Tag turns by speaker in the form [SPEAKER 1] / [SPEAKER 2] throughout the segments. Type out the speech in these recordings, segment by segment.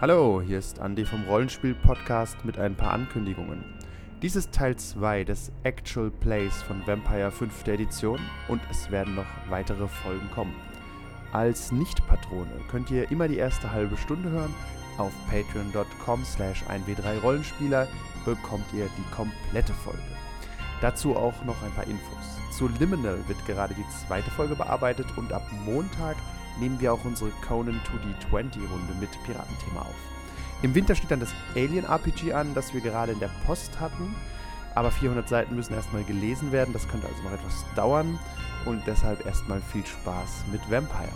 [SPEAKER 1] Hallo, hier ist Andy vom Rollenspiel-Podcast mit ein paar Ankündigungen. Dies ist Teil 2 des Actual Plays von Vampire 5. Edition und es werden noch weitere Folgen kommen. Als Nicht-Patrone könnt ihr immer die erste halbe Stunde hören. Auf patreon.com slash 1w3rollenspieler bekommt ihr die komplette Folge. Dazu auch noch ein paar Infos. Zu Liminal wird gerade die zweite Folge bearbeitet und ab Montag nehmen wir auch unsere Conan 2D20-Runde mit Piratenthema auf. Im Winter steht dann das Alien-RPG an, das wir gerade in der Post hatten. Aber 400 Seiten müssen erstmal gelesen werden, das könnte also noch etwas dauern. Und deshalb erstmal viel Spaß mit Vampire.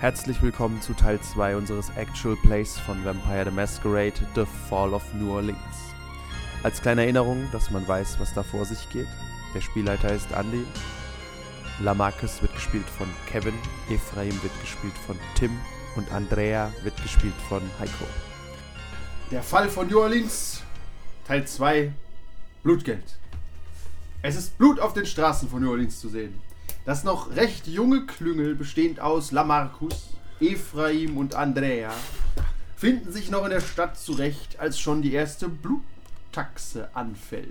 [SPEAKER 1] Herzlich willkommen zu Teil 2 unseres Actual Plays von Vampire the Masquerade, The Fall of New Orleans. Als kleine Erinnerung, dass man weiß, was da vor sich geht, der Spielleiter ist Andy. Lamarcus wird gespielt von Kevin, Ephraim wird gespielt von Tim und Andrea wird gespielt von Heiko. Der Fall von New Orleans, Teil 2, Blutgeld. Es ist Blut auf den Straßen von New Orleans zu sehen. Das noch recht junge Klüngel, bestehend aus Lamarcus, Ephraim und Andrea, finden sich noch in der Stadt zurecht, als schon die erste Bluttaxe anfällt.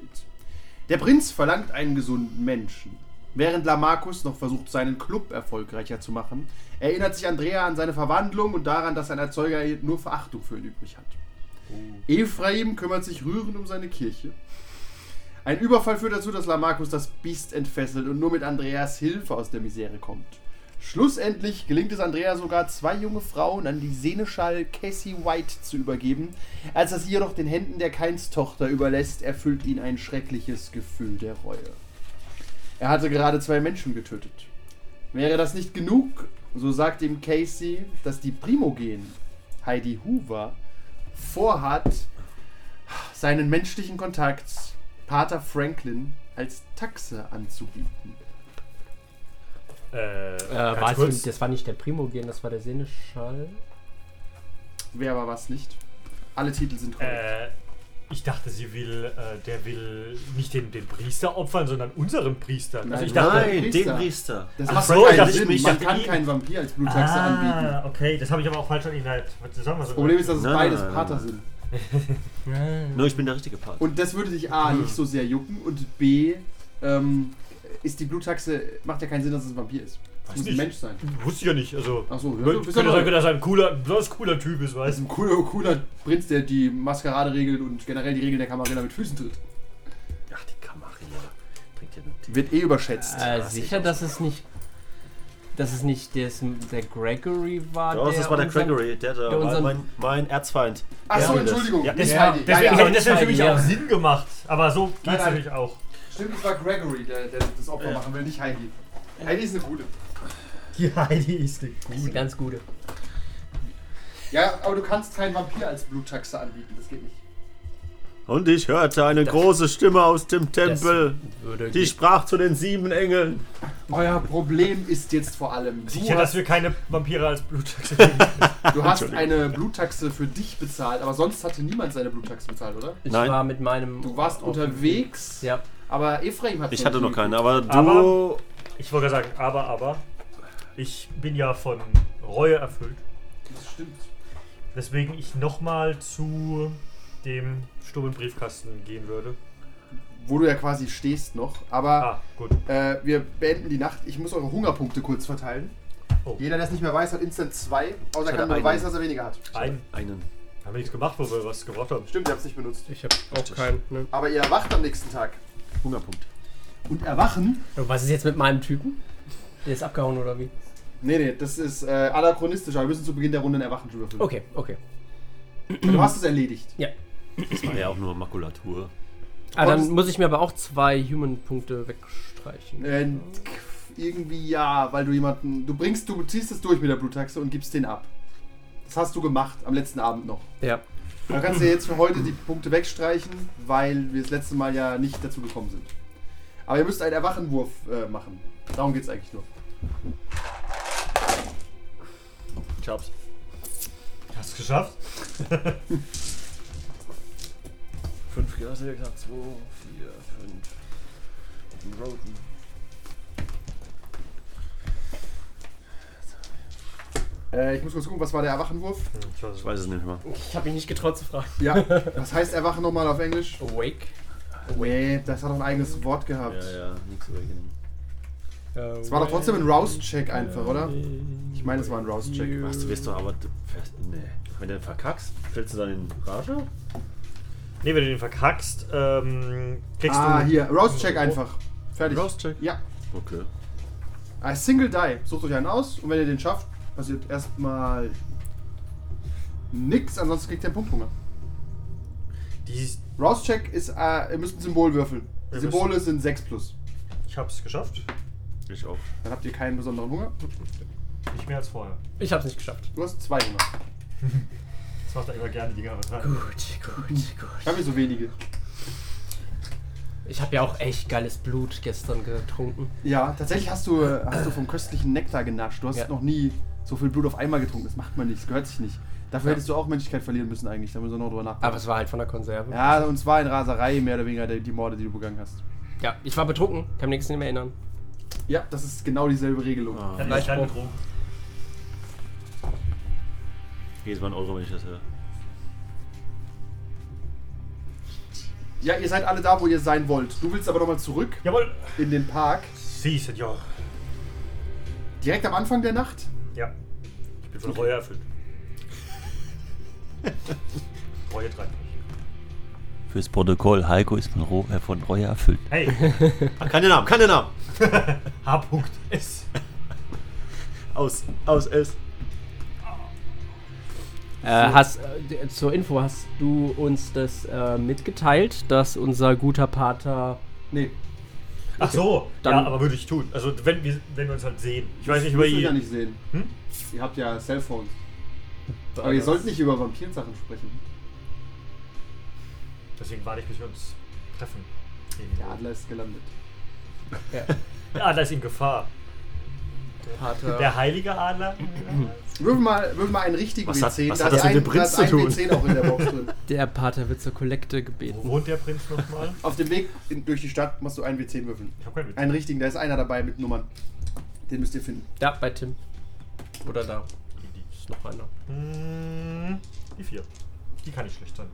[SPEAKER 1] Der Prinz verlangt einen gesunden Menschen. Während Lamarcus noch versucht, seinen Club erfolgreicher zu machen, erinnert sich Andrea an seine Verwandlung und daran, dass sein Erzeuger nur Verachtung für ihn übrig hat. Ephraim kümmert sich rührend um seine Kirche. Ein Überfall führt dazu, dass Lamarcus das Biest entfesselt und nur mit Andreas Hilfe aus der Misere kommt. Schlussendlich gelingt es Andrea sogar, zwei junge Frauen an die Seneschall Cassie White zu übergeben. Als er sie jedoch den Händen der Keins Tochter überlässt, erfüllt ihn ein schreckliches Gefühl der Reue. Er hatte gerade zwei Menschen getötet. Wäre das nicht genug, so sagt ihm Casey, dass die Primogen, Heidi Hoover, vorhat, seinen menschlichen Kontakt, Pater Franklin, als Taxe anzubieten.
[SPEAKER 2] Äh,
[SPEAKER 3] Äh,
[SPEAKER 2] ganz
[SPEAKER 3] war
[SPEAKER 2] kurz.
[SPEAKER 3] das, das war nicht der Primogen, das war der Seneschall.
[SPEAKER 1] Wer aber was nicht? Alle Titel sind korrekt.
[SPEAKER 2] äh, ich dachte, sie will, äh, der will nicht den, den Priester opfern, sondern unseren Priester. Also ich dachte,
[SPEAKER 1] Nein,
[SPEAKER 4] Nein,
[SPEAKER 1] Priester.
[SPEAKER 4] den Priester.
[SPEAKER 1] Das
[SPEAKER 2] Ach
[SPEAKER 1] macht
[SPEAKER 2] so,
[SPEAKER 1] keinen
[SPEAKER 2] ich dachte,
[SPEAKER 1] Sinn.
[SPEAKER 2] ich
[SPEAKER 1] Man
[SPEAKER 2] dachte,
[SPEAKER 1] kann
[SPEAKER 2] ihn-
[SPEAKER 1] keinen Vampir als Bluttaxe anbieten.
[SPEAKER 2] Ah, okay, das habe ich aber auch falsch verstanden. Das
[SPEAKER 1] Das Problem ist, dass es
[SPEAKER 4] Nein,
[SPEAKER 1] beides
[SPEAKER 4] nein, nein,
[SPEAKER 1] Pater
[SPEAKER 4] nein.
[SPEAKER 1] sind.
[SPEAKER 4] Nur ich bin der richtige Part.
[SPEAKER 1] Und das würde dich A nicht so sehr jucken und B ähm, ist die Bluttaxe, macht ja keinen Sinn, dass es ein Vampir ist. Es muss ein
[SPEAKER 2] nicht.
[SPEAKER 1] Mensch sein.
[SPEAKER 2] Wusste ich ja nicht. Also,
[SPEAKER 1] Achso,
[SPEAKER 2] könnte
[SPEAKER 1] du bist ja
[SPEAKER 2] könnte sein,
[SPEAKER 1] neu.
[SPEAKER 2] dass er ein cooler, besonders cooler Typ ist,
[SPEAKER 1] Das
[SPEAKER 2] weißt
[SPEAKER 1] ist
[SPEAKER 2] du?
[SPEAKER 1] ein cooler, cooler Prinz, der die Maskerade regelt und generell die Regeln der Kamarilla mit Füßen tritt.
[SPEAKER 4] Ach, die Kamarilla. Bringt ja nur Tee.
[SPEAKER 1] Wird eh überschätzt.
[SPEAKER 3] Äh,
[SPEAKER 4] das
[SPEAKER 3] sicher,
[SPEAKER 4] sieht
[SPEAKER 3] dass es nicht. Dass es nicht des, der Gregory war.
[SPEAKER 4] Doch, das war der
[SPEAKER 3] unseren-
[SPEAKER 4] Gregory, der, der,
[SPEAKER 3] der
[SPEAKER 4] war
[SPEAKER 3] unseren-
[SPEAKER 4] mein, mein Erzfeind.
[SPEAKER 1] Achso,
[SPEAKER 4] Ja,
[SPEAKER 1] Entschuldigung.
[SPEAKER 2] Ja,
[SPEAKER 1] nicht
[SPEAKER 2] des-
[SPEAKER 1] Heidi.
[SPEAKER 2] Deswegen
[SPEAKER 1] ja, ja.
[SPEAKER 2] hätte das ja für mich
[SPEAKER 3] Ja.
[SPEAKER 2] auch Sinn gemacht. Aber so geht
[SPEAKER 1] Nein,
[SPEAKER 2] es
[SPEAKER 1] nein.
[SPEAKER 2] natürlich auch.
[SPEAKER 1] Stimmt, es war Gregory, der, der das Opfer
[SPEAKER 4] Ja.
[SPEAKER 1] machen will, nicht Heidi. Heidi ist eine coole.
[SPEAKER 2] Die Heidi ist eine
[SPEAKER 3] Das ist eine ganz gute.
[SPEAKER 1] Ja, aber du kannst keinen Vampir als Bluttaxe anbieten, das geht nicht.
[SPEAKER 4] Und ich hörte eine große Stimme aus dem Tempel,
[SPEAKER 3] Würde
[SPEAKER 4] die sprach zu den sieben Engeln.
[SPEAKER 1] Euer Problem ist jetzt vor allem, du
[SPEAKER 2] Sicher,
[SPEAKER 1] hast,
[SPEAKER 2] dass wir keine Vampire als Bluttaxe kriegen.
[SPEAKER 1] du hast eine Bluttaxe für dich bezahlt, aber sonst hatte niemand seine Bluttaxe bezahlt, oder?
[SPEAKER 3] ich
[SPEAKER 4] Nein.
[SPEAKER 3] war mit meinem.
[SPEAKER 1] Du warst
[SPEAKER 3] auf-
[SPEAKER 1] unterwegs,
[SPEAKER 3] Ja.
[SPEAKER 1] aber Ephraim hat
[SPEAKER 4] Ich hatte noch
[SPEAKER 1] keine.
[SPEAKER 4] keine, aber du.
[SPEAKER 2] Aber- Ich wollte gerade sagen, aber, aber. Ich bin ja von Reue erfüllt.
[SPEAKER 1] Das stimmt.
[SPEAKER 2] Weswegen ich nochmal zu dem stummen Briefkasten gehen würde.
[SPEAKER 1] Wo du ja quasi stehst noch, aber
[SPEAKER 2] Ah, gut.
[SPEAKER 1] äh, wir beenden die Nacht. Ich muss eure Hungerpunkte kurz verteilen.
[SPEAKER 2] Oh.
[SPEAKER 1] Jeder, der es nicht mehr weiß, hat Instant 2, außer
[SPEAKER 4] hatte
[SPEAKER 1] kann nur
[SPEAKER 4] einen.
[SPEAKER 1] weiß, dass er weniger hat.
[SPEAKER 2] Ein.
[SPEAKER 4] Einen.
[SPEAKER 2] Haben wir nichts gemacht, wo wir was gebraucht haben.
[SPEAKER 1] Stimmt, ihr habt es nicht benutzt.
[SPEAKER 3] Ich hab auch keinen. Ne?
[SPEAKER 1] Aber ihr erwacht am nächsten Tag.
[SPEAKER 4] Hungerpunkt.
[SPEAKER 1] Und erwachen?
[SPEAKER 3] Oh, Was ist jetzt mit meinem Typen? Der ist abgehauen oder wie?
[SPEAKER 1] Nee, nee, das ist äh, anachronistisch, aber wir müssen zu Beginn der Runde ein Erwachen würfeln.
[SPEAKER 3] Okay, okay.
[SPEAKER 1] Du hast es erledigt.
[SPEAKER 4] Das war ja auch nur Makulatur.
[SPEAKER 3] Ah, dann
[SPEAKER 1] Konntest-
[SPEAKER 3] muss ich mir aber auch zwei Human-Punkte wegstreichen.
[SPEAKER 1] Äh, irgendwie ja, weil du jemanden. Du bringst, du ziehst es durch mit der Bluttaxe und gibst den ab. Das hast du gemacht am letzten Abend noch.
[SPEAKER 3] Ja.
[SPEAKER 1] Dann kannst du jetzt für heute die Punkte wegstreichen, weil wir das letzte Mal ja nicht dazu gekommen sind. Aber ihr müsst einen Erwachenwurf äh, machen. Darum geht's eigentlich nur.
[SPEAKER 4] Ich hab's.
[SPEAKER 2] Hast du es geschafft?
[SPEAKER 4] Fünf, ja, sechs, acht, zwei, vier, fünf. Roten.
[SPEAKER 1] Äh, ich muss kurz gucken, was war der Erwachenwurf?
[SPEAKER 2] Hm, Ich weiß
[SPEAKER 4] Ich
[SPEAKER 2] es
[SPEAKER 4] weiß es nicht mehr.
[SPEAKER 3] Ich habe mich nicht getraut zu fragen.
[SPEAKER 1] Ja. Was heißt Erwachen nochmal auf Englisch?
[SPEAKER 3] Awake.
[SPEAKER 1] Nee, das hat doch ein eigenes Wort gehabt.
[SPEAKER 4] Oh, Ja, ja, nichts übergenommen.
[SPEAKER 1] Es war doch trotzdem ein Rouse-Check einfach, oder? Ich meine, es war ein Rouse-Check.
[SPEAKER 4] Was, du wirst doch aber. Du, nee. Wenn du verkackst, fällst du dann in Rage?
[SPEAKER 2] nicht. Nee, wenn du den verkackst, ähm, kriegst du. Oh,
[SPEAKER 1] Ah, hier. Rouse-Check einfach. Fertig.
[SPEAKER 4] Rouse-Check?
[SPEAKER 1] Ja.
[SPEAKER 4] Okay.
[SPEAKER 1] A Single Die. Sucht euch einen aus und wenn ihr den schafft, passiert erstmal nix, ansonsten kriegt ihr einen Punkthunger.
[SPEAKER 2] Die,
[SPEAKER 1] Rouse-Check ist, äh, ihr müsst ein Symbol würfeln.
[SPEAKER 2] Wir
[SPEAKER 1] Symbole sind 6 plus.
[SPEAKER 2] ich hab's geschafft.
[SPEAKER 4] Ich auch.
[SPEAKER 1] Dann habt ihr keinen besonderen Hunger.
[SPEAKER 2] Nicht mehr als vorher.
[SPEAKER 3] Ich hab's nicht geschafft.
[SPEAKER 1] Du hast zwei Hunger.
[SPEAKER 2] Das macht er immer gerne, die Dinger.
[SPEAKER 3] Gut, gut, gut.
[SPEAKER 1] Ich habe hier so wenige.
[SPEAKER 3] Ich habe ja auch echt geiles Blut gestern getrunken.
[SPEAKER 1] Ja, tatsächlich hast du, äh, hast du vom köstlichen Nektar genascht. Du hast
[SPEAKER 3] Ja.
[SPEAKER 1] noch nie so viel Blut auf einmal getrunken. Das macht man nicht, das gehört sich nicht. Dafür
[SPEAKER 3] Ja.
[SPEAKER 1] hättest du auch Menschlichkeit verlieren müssen eigentlich, da müssen wir noch drüber nachdenken.
[SPEAKER 3] Aber es war halt von der Konserve.
[SPEAKER 1] ja, und zwar in Raserei mehr oder weniger die, die Morde, die du begangen hast.
[SPEAKER 3] Ja, ich war betrunken, kann mich nichts mehr erinnern.
[SPEAKER 1] Ja, das ist genau dieselbe Regelung.
[SPEAKER 4] Ah,
[SPEAKER 2] Dann leicht
[SPEAKER 3] Leitspruch.
[SPEAKER 2] angetrunken.
[SPEAKER 4] jedes Mal ein Euro, wenn ich das höre.
[SPEAKER 1] Ja, ihr seid alle da, wo ihr sein wollt. Du willst aber nochmal zurück
[SPEAKER 2] Jawohl.
[SPEAKER 1] in den Park.
[SPEAKER 2] Sie, Senor.
[SPEAKER 1] Direkt am Anfang der Nacht.
[SPEAKER 2] Ja. Ich bin von Reue erfüllt. Reue treibt mich.
[SPEAKER 5] Fürs Protokoll, Heiko ist von, Ro äh, von Reue erfüllt.
[SPEAKER 2] Hey,
[SPEAKER 4] Ah, kann den Namen, kann den Namen!
[SPEAKER 2] H.S.
[SPEAKER 4] Aus, aus, es.
[SPEAKER 3] Äh, hast, äh, d- zur Info, hast du uns das äh, mitgeteilt, dass unser guter Pater.
[SPEAKER 1] Nee,
[SPEAKER 2] Ach so, ja,
[SPEAKER 3] Dann-
[SPEAKER 2] aber würde ich tun. Also, wenn wir, wenn wir uns halt sehen. Ich weiß nicht über
[SPEAKER 1] müsst ihr
[SPEAKER 2] ihr.
[SPEAKER 1] ja nicht sehen.
[SPEAKER 2] Hm?
[SPEAKER 1] Ihr habt ja Cellphones. Aber ihr sollt nicht über Vampirsachen sprechen.
[SPEAKER 2] Deswegen warte ich, bis wir uns treffen.
[SPEAKER 1] Der Adler ist gelandet.
[SPEAKER 2] Der Adler ist in Gefahr.
[SPEAKER 3] Pater.
[SPEAKER 2] Der heilige Adler.
[SPEAKER 1] Würfel mal, würfel mal einen richtigen
[SPEAKER 4] Was hat-
[SPEAKER 1] W10.
[SPEAKER 4] was
[SPEAKER 1] Da
[SPEAKER 4] hat
[SPEAKER 1] ist
[SPEAKER 4] das mit
[SPEAKER 1] ein-
[SPEAKER 4] dem Prinz
[SPEAKER 1] da ist
[SPEAKER 4] zu
[SPEAKER 1] ein
[SPEAKER 4] tun?
[SPEAKER 1] W10 auch in der Box drin.
[SPEAKER 3] Der Pater wird zur Kollekte
[SPEAKER 2] Wo
[SPEAKER 3] gebeten.
[SPEAKER 2] wohnt der Prinz nochmal?
[SPEAKER 1] Auf dem Weg in, durch die Stadt musst du einen W10 würfeln.
[SPEAKER 2] Ich hab keinen Witz.
[SPEAKER 1] Einen richtigen, da ist einer dabei mit Nummern. Den müsst ihr finden.
[SPEAKER 3] Da, bei Tim. Oder da. Ist noch einer.
[SPEAKER 2] Hm, Die vier. Die kann nicht schlecht sein.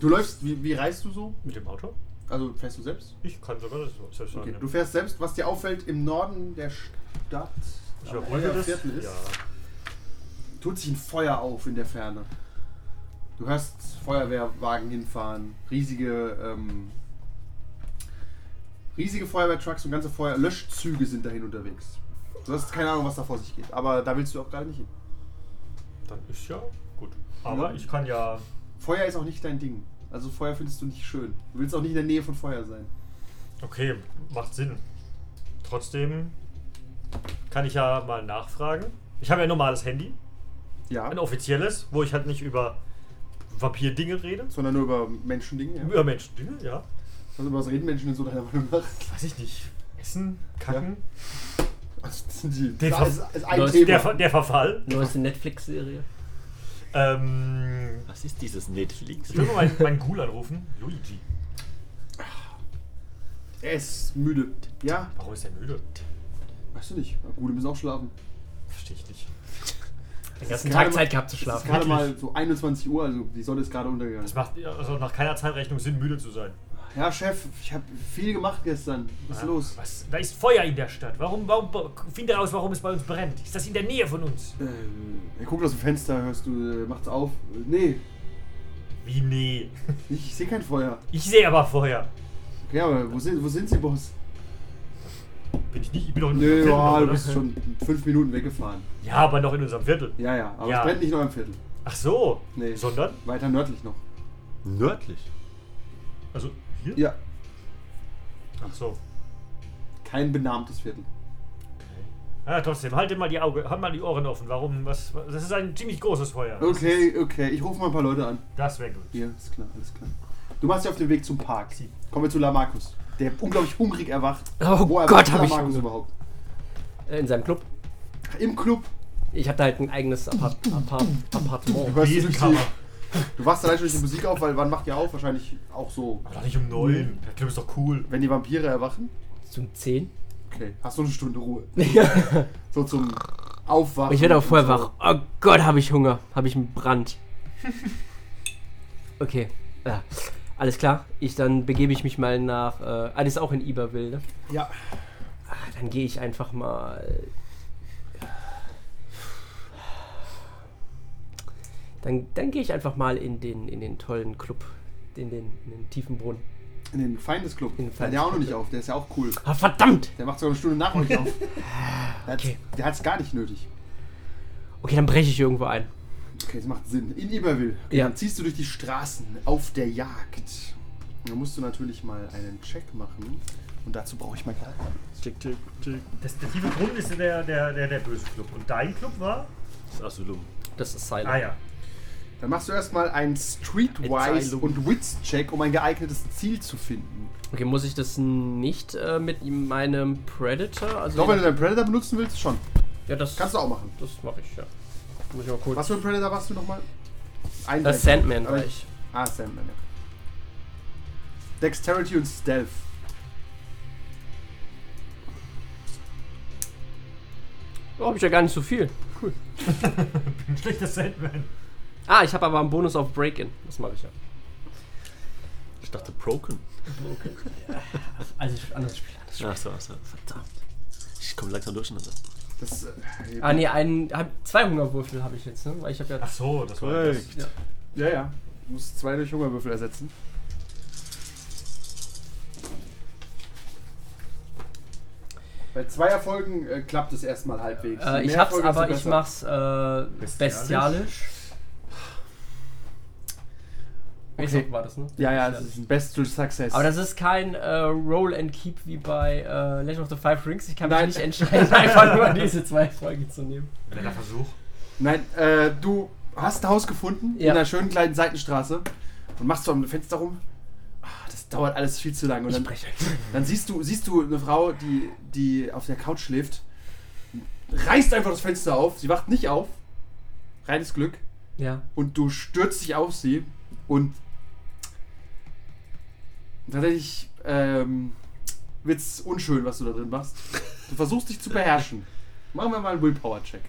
[SPEAKER 1] Du läufst, wie, wie reist du so?
[SPEAKER 2] Mit dem Auto?
[SPEAKER 1] Also fährst du selbst?
[SPEAKER 2] Ich kann sogar das so- selbst sagen.
[SPEAKER 1] Okay.
[SPEAKER 2] ja.
[SPEAKER 1] Du fährst selbst, was dir auffällt, im Norden der Stadt.
[SPEAKER 2] ich
[SPEAKER 1] am
[SPEAKER 2] überbrücke das.
[SPEAKER 1] Viertel ist,
[SPEAKER 2] Ja.
[SPEAKER 1] tut sich ein Feuer auf in der Ferne. Du hörst Feuerwehrwagen hinfahren, riesige, ähm, riesige Feuerwehrtrucks und ganze Feuer Löschzüge sind dahin unterwegs. Du hast keine Ahnung, was da vor sich geht, aber da willst du auch gerade nicht hin.
[SPEAKER 2] Dann ist ja gut. Aber
[SPEAKER 1] Ja.
[SPEAKER 2] ich kann ja.
[SPEAKER 1] Feuer ist auch nicht dein Ding. Also Feuer findest du nicht schön. Du willst auch nicht in der Nähe von Feuer sein.
[SPEAKER 2] Okay, macht Sinn. Trotzdem kann ich ja mal nachfragen. Ich habe ja ein normales Handy.
[SPEAKER 1] Ja.
[SPEAKER 2] Ein offizielles, wo ich halt nicht über Vampir-Dinge rede.
[SPEAKER 1] Sondern nur über Menschendinge. Ja.
[SPEAKER 2] Über Menschen-Dinge, ja.
[SPEAKER 1] Also über was reden Menschen denn so deiner Meinung nach?
[SPEAKER 2] Weiß ich nicht. Essen, Kacken.
[SPEAKER 1] Also, das sind die-
[SPEAKER 2] Der
[SPEAKER 1] das ist, ist ein
[SPEAKER 3] Ver-
[SPEAKER 1] Thema.
[SPEAKER 2] Der, Ver- der Verfall.
[SPEAKER 3] Neueste Netflix-Serie.
[SPEAKER 2] Ähm.
[SPEAKER 4] Was ist dieses Netflix?
[SPEAKER 2] Ich will mal meinen, meinen Ghoul anrufen. Luigi.
[SPEAKER 1] er ist müde. Ja,
[SPEAKER 2] Warum ist der müde?
[SPEAKER 1] weißt du nicht. Na gut, wir müssen auch schlafen.
[SPEAKER 2] Verstehe ich nicht.
[SPEAKER 3] Den ganzen
[SPEAKER 1] gerade
[SPEAKER 3] Tag
[SPEAKER 1] mal-
[SPEAKER 3] Zeit gehabt zu
[SPEAKER 1] Es ist
[SPEAKER 3] schlafen.
[SPEAKER 1] gerade mal so 21 Uhr, also die Sonne ist gerade untergegangen.
[SPEAKER 2] Das macht also nach keiner Zeitrechnung Sinn, müde zu sein.
[SPEAKER 1] Ja, Chef, ich habe viel gemacht gestern. Was ist
[SPEAKER 2] Ah,
[SPEAKER 1] los?
[SPEAKER 2] Was, da ist Feuer in der Stadt. Warum, warum finde heraus, warum es bei uns brennt? Ist das in der Nähe von uns?
[SPEAKER 1] Ähm, er guckt aus dem Fenster, hörst du, äh, macht's auf. Äh, Nee,
[SPEAKER 2] Wie nee.
[SPEAKER 1] ich, ich sehe kein Feuer.
[SPEAKER 2] Ich sehe aber Feuer.
[SPEAKER 1] Okay, aber wo sind, wo sind Sie, Boss?
[SPEAKER 2] Bin ich nicht? Ich bin doch in
[SPEAKER 1] Nö,
[SPEAKER 2] unserem
[SPEAKER 1] ja, du
[SPEAKER 2] Viertel.
[SPEAKER 1] bist schon fünf Minuten weggefahren.
[SPEAKER 2] Ja, aber noch in unserem Viertel.
[SPEAKER 1] Ja, ja, aber
[SPEAKER 2] Ja.
[SPEAKER 1] es brennt nicht noch im Viertel.
[SPEAKER 2] Ach so.
[SPEAKER 1] Nee.
[SPEAKER 2] Sondern?
[SPEAKER 1] Weiter nördlich noch.
[SPEAKER 4] Nördlich.
[SPEAKER 2] Also hier?
[SPEAKER 1] Ja,
[SPEAKER 2] Ach so.
[SPEAKER 1] kein benahmtes Viertel.
[SPEAKER 2] Ja, trotzdem, haltet mal die Augen, halt mal die Ohren offen. Warum? Was, was? Das ist ein ziemlich großes Feuer.
[SPEAKER 1] Okay, okay, ich rufe mal ein paar Leute an.
[SPEAKER 2] Das wäre gut.
[SPEAKER 1] Ja, ist klar, alles klar. Du machst dich auf den Weg zum Park. Kommen wir zu Lamarcus, der unglaublich hungrig erwacht.
[SPEAKER 3] Oh
[SPEAKER 1] Wo
[SPEAKER 3] Gott,
[SPEAKER 1] erwacht
[SPEAKER 3] hab ich
[SPEAKER 1] Lamarcus
[SPEAKER 3] Hunger.
[SPEAKER 1] überhaupt?
[SPEAKER 3] Äh, In seinem Club.
[SPEAKER 1] Im Club.
[SPEAKER 3] Ich hatte halt ein eigenes Apart Apart Appartement.
[SPEAKER 1] hörst
[SPEAKER 2] Jeden
[SPEAKER 1] durch die-
[SPEAKER 2] Kammer.
[SPEAKER 1] Du wachst allein schon durch die Musik auf, weil wann macht ihr auf? Wahrscheinlich auch so, Mhm.
[SPEAKER 2] Aber doch nicht um neun. Der Club ist doch cool.
[SPEAKER 1] wenn die Vampire erwachen.
[SPEAKER 3] Zum 10.
[SPEAKER 1] Okay, hast du eine Stunde Ruhe.
[SPEAKER 3] Ja.
[SPEAKER 1] So zum Aufwachen.
[SPEAKER 3] Ich werde auch vorher
[SPEAKER 1] und
[SPEAKER 3] wach. Oh Gott, habe ich Hunger. Habe ich einen Brand. Okay. Ja. Alles klar. Ich, dann begebe ich mich mal nach. Äh, ah, das ist auch in Iberwilde.
[SPEAKER 1] So. Ja.
[SPEAKER 3] Dann gehe ich einfach mal. Dann, dann gehe ich einfach mal in den, in den tollen Club. In den, in den tiefen Brunnen.
[SPEAKER 1] In den Feindesclub.
[SPEAKER 3] In den
[SPEAKER 1] der auch noch nicht
[SPEAKER 3] Feindesclub.
[SPEAKER 1] auf, der ist ja auch cool.
[SPEAKER 3] Ah, verdammt!
[SPEAKER 1] Der macht sogar eine Stunde nach euch auf. Der hat's,
[SPEAKER 3] Okay.
[SPEAKER 1] der hat's gar nicht nötig.
[SPEAKER 3] Okay, dann breche ich irgendwo ein.
[SPEAKER 1] Okay, das macht Sinn. In Iberville. Okay,
[SPEAKER 3] Ja.
[SPEAKER 1] Dann ziehst du durch die Straßen auf der Jagd. Da musst du natürlich mal einen Check machen. Und dazu brauche ich mein Charakter.
[SPEAKER 4] Tick, tick, tick.
[SPEAKER 2] Das, der tiefe Brunnen ist der, der, der, der böse Club. Und dein Club war?
[SPEAKER 4] Das ist also Asylum.
[SPEAKER 3] Das ist Silent.
[SPEAKER 2] Ah ja.
[SPEAKER 1] Dann machst du erstmal einen Streetwise
[SPEAKER 4] Erzählung.
[SPEAKER 1] und Wits-Check, um ein geeignetes Ziel zu finden.
[SPEAKER 3] Okay, muss ich das nicht äh, mit meinem Predator? Also
[SPEAKER 1] Doch, wenn du deinen Predator benutzen willst, schon.
[SPEAKER 3] ja, das
[SPEAKER 1] Kannst du auch machen.
[SPEAKER 3] Das mache ich, ja. Muss ich mal kurz.
[SPEAKER 1] Was für ein Predator warst du nochmal? Ein
[SPEAKER 3] Äh, Sandman
[SPEAKER 1] Aber
[SPEAKER 3] war ich.
[SPEAKER 1] Ah, Sandman, ja. Dexterity und Stealth.
[SPEAKER 3] Oh, hab ich ja gar nicht so viel.
[SPEAKER 2] Ein schlechter Sandman.
[SPEAKER 3] Ah, ich habe aber einen Bonus auf Break-In. Das mache ich ja.
[SPEAKER 4] Ich dachte Broken.
[SPEAKER 3] Also, anderes Spiel.
[SPEAKER 4] Achso, achso. Verdammt. Ich komme langsam durcheinander.
[SPEAKER 1] Das, äh,
[SPEAKER 3] Ah, nee, einen, hab, zwei Hungerwürfel habe ich jetzt, ne? Weil ich habe ja.
[SPEAKER 2] Ach so, das war das.
[SPEAKER 4] Korrekt.
[SPEAKER 2] Ja.
[SPEAKER 1] Ja, ja. Du musst zwei durch Hungerwürfel ersetzen. Bei zwei Erfolgen äh, klappt es erstmal halbwegs.
[SPEAKER 3] Äh,
[SPEAKER 1] Je
[SPEAKER 3] ich
[SPEAKER 1] mehr
[SPEAKER 3] hab's,
[SPEAKER 1] Erfolge,
[SPEAKER 3] aber
[SPEAKER 1] desto
[SPEAKER 3] ich
[SPEAKER 1] besser.
[SPEAKER 3] mach's äh, bestialisch. Okay.
[SPEAKER 1] Okay.
[SPEAKER 3] war das, ne?
[SPEAKER 1] Ja, ja, das ist ein Best to Success.
[SPEAKER 3] Aber das ist kein äh, Roll and Keep wie bei äh, Legend of the Five Rings. Ich kann
[SPEAKER 1] Nein.
[SPEAKER 3] mich nicht entscheiden, einfach nur diese zwei Folgen zu nehmen.
[SPEAKER 2] Netter Versuch.
[SPEAKER 1] Nein, äh, du hast ein Haus gefunden
[SPEAKER 3] Ja.
[SPEAKER 1] in einer schönen kleinen Seitenstraße und machst so am Fenster rum. Ah, das dauert alles viel zu lange. Und dann,
[SPEAKER 3] halt
[SPEAKER 1] dann siehst du, siehst du eine Frau, die, die auf der Couch schläft, reißt einfach das Fenster auf. Sie wacht nicht auf. Reines Glück.
[SPEAKER 3] Ja.
[SPEAKER 1] und du stürzt dich auf sie und tatsächlich ähm, wird's unschön, was du da drin machst. Du versuchst dich zu beherrschen. Machen wir mal einen Willpower-Check.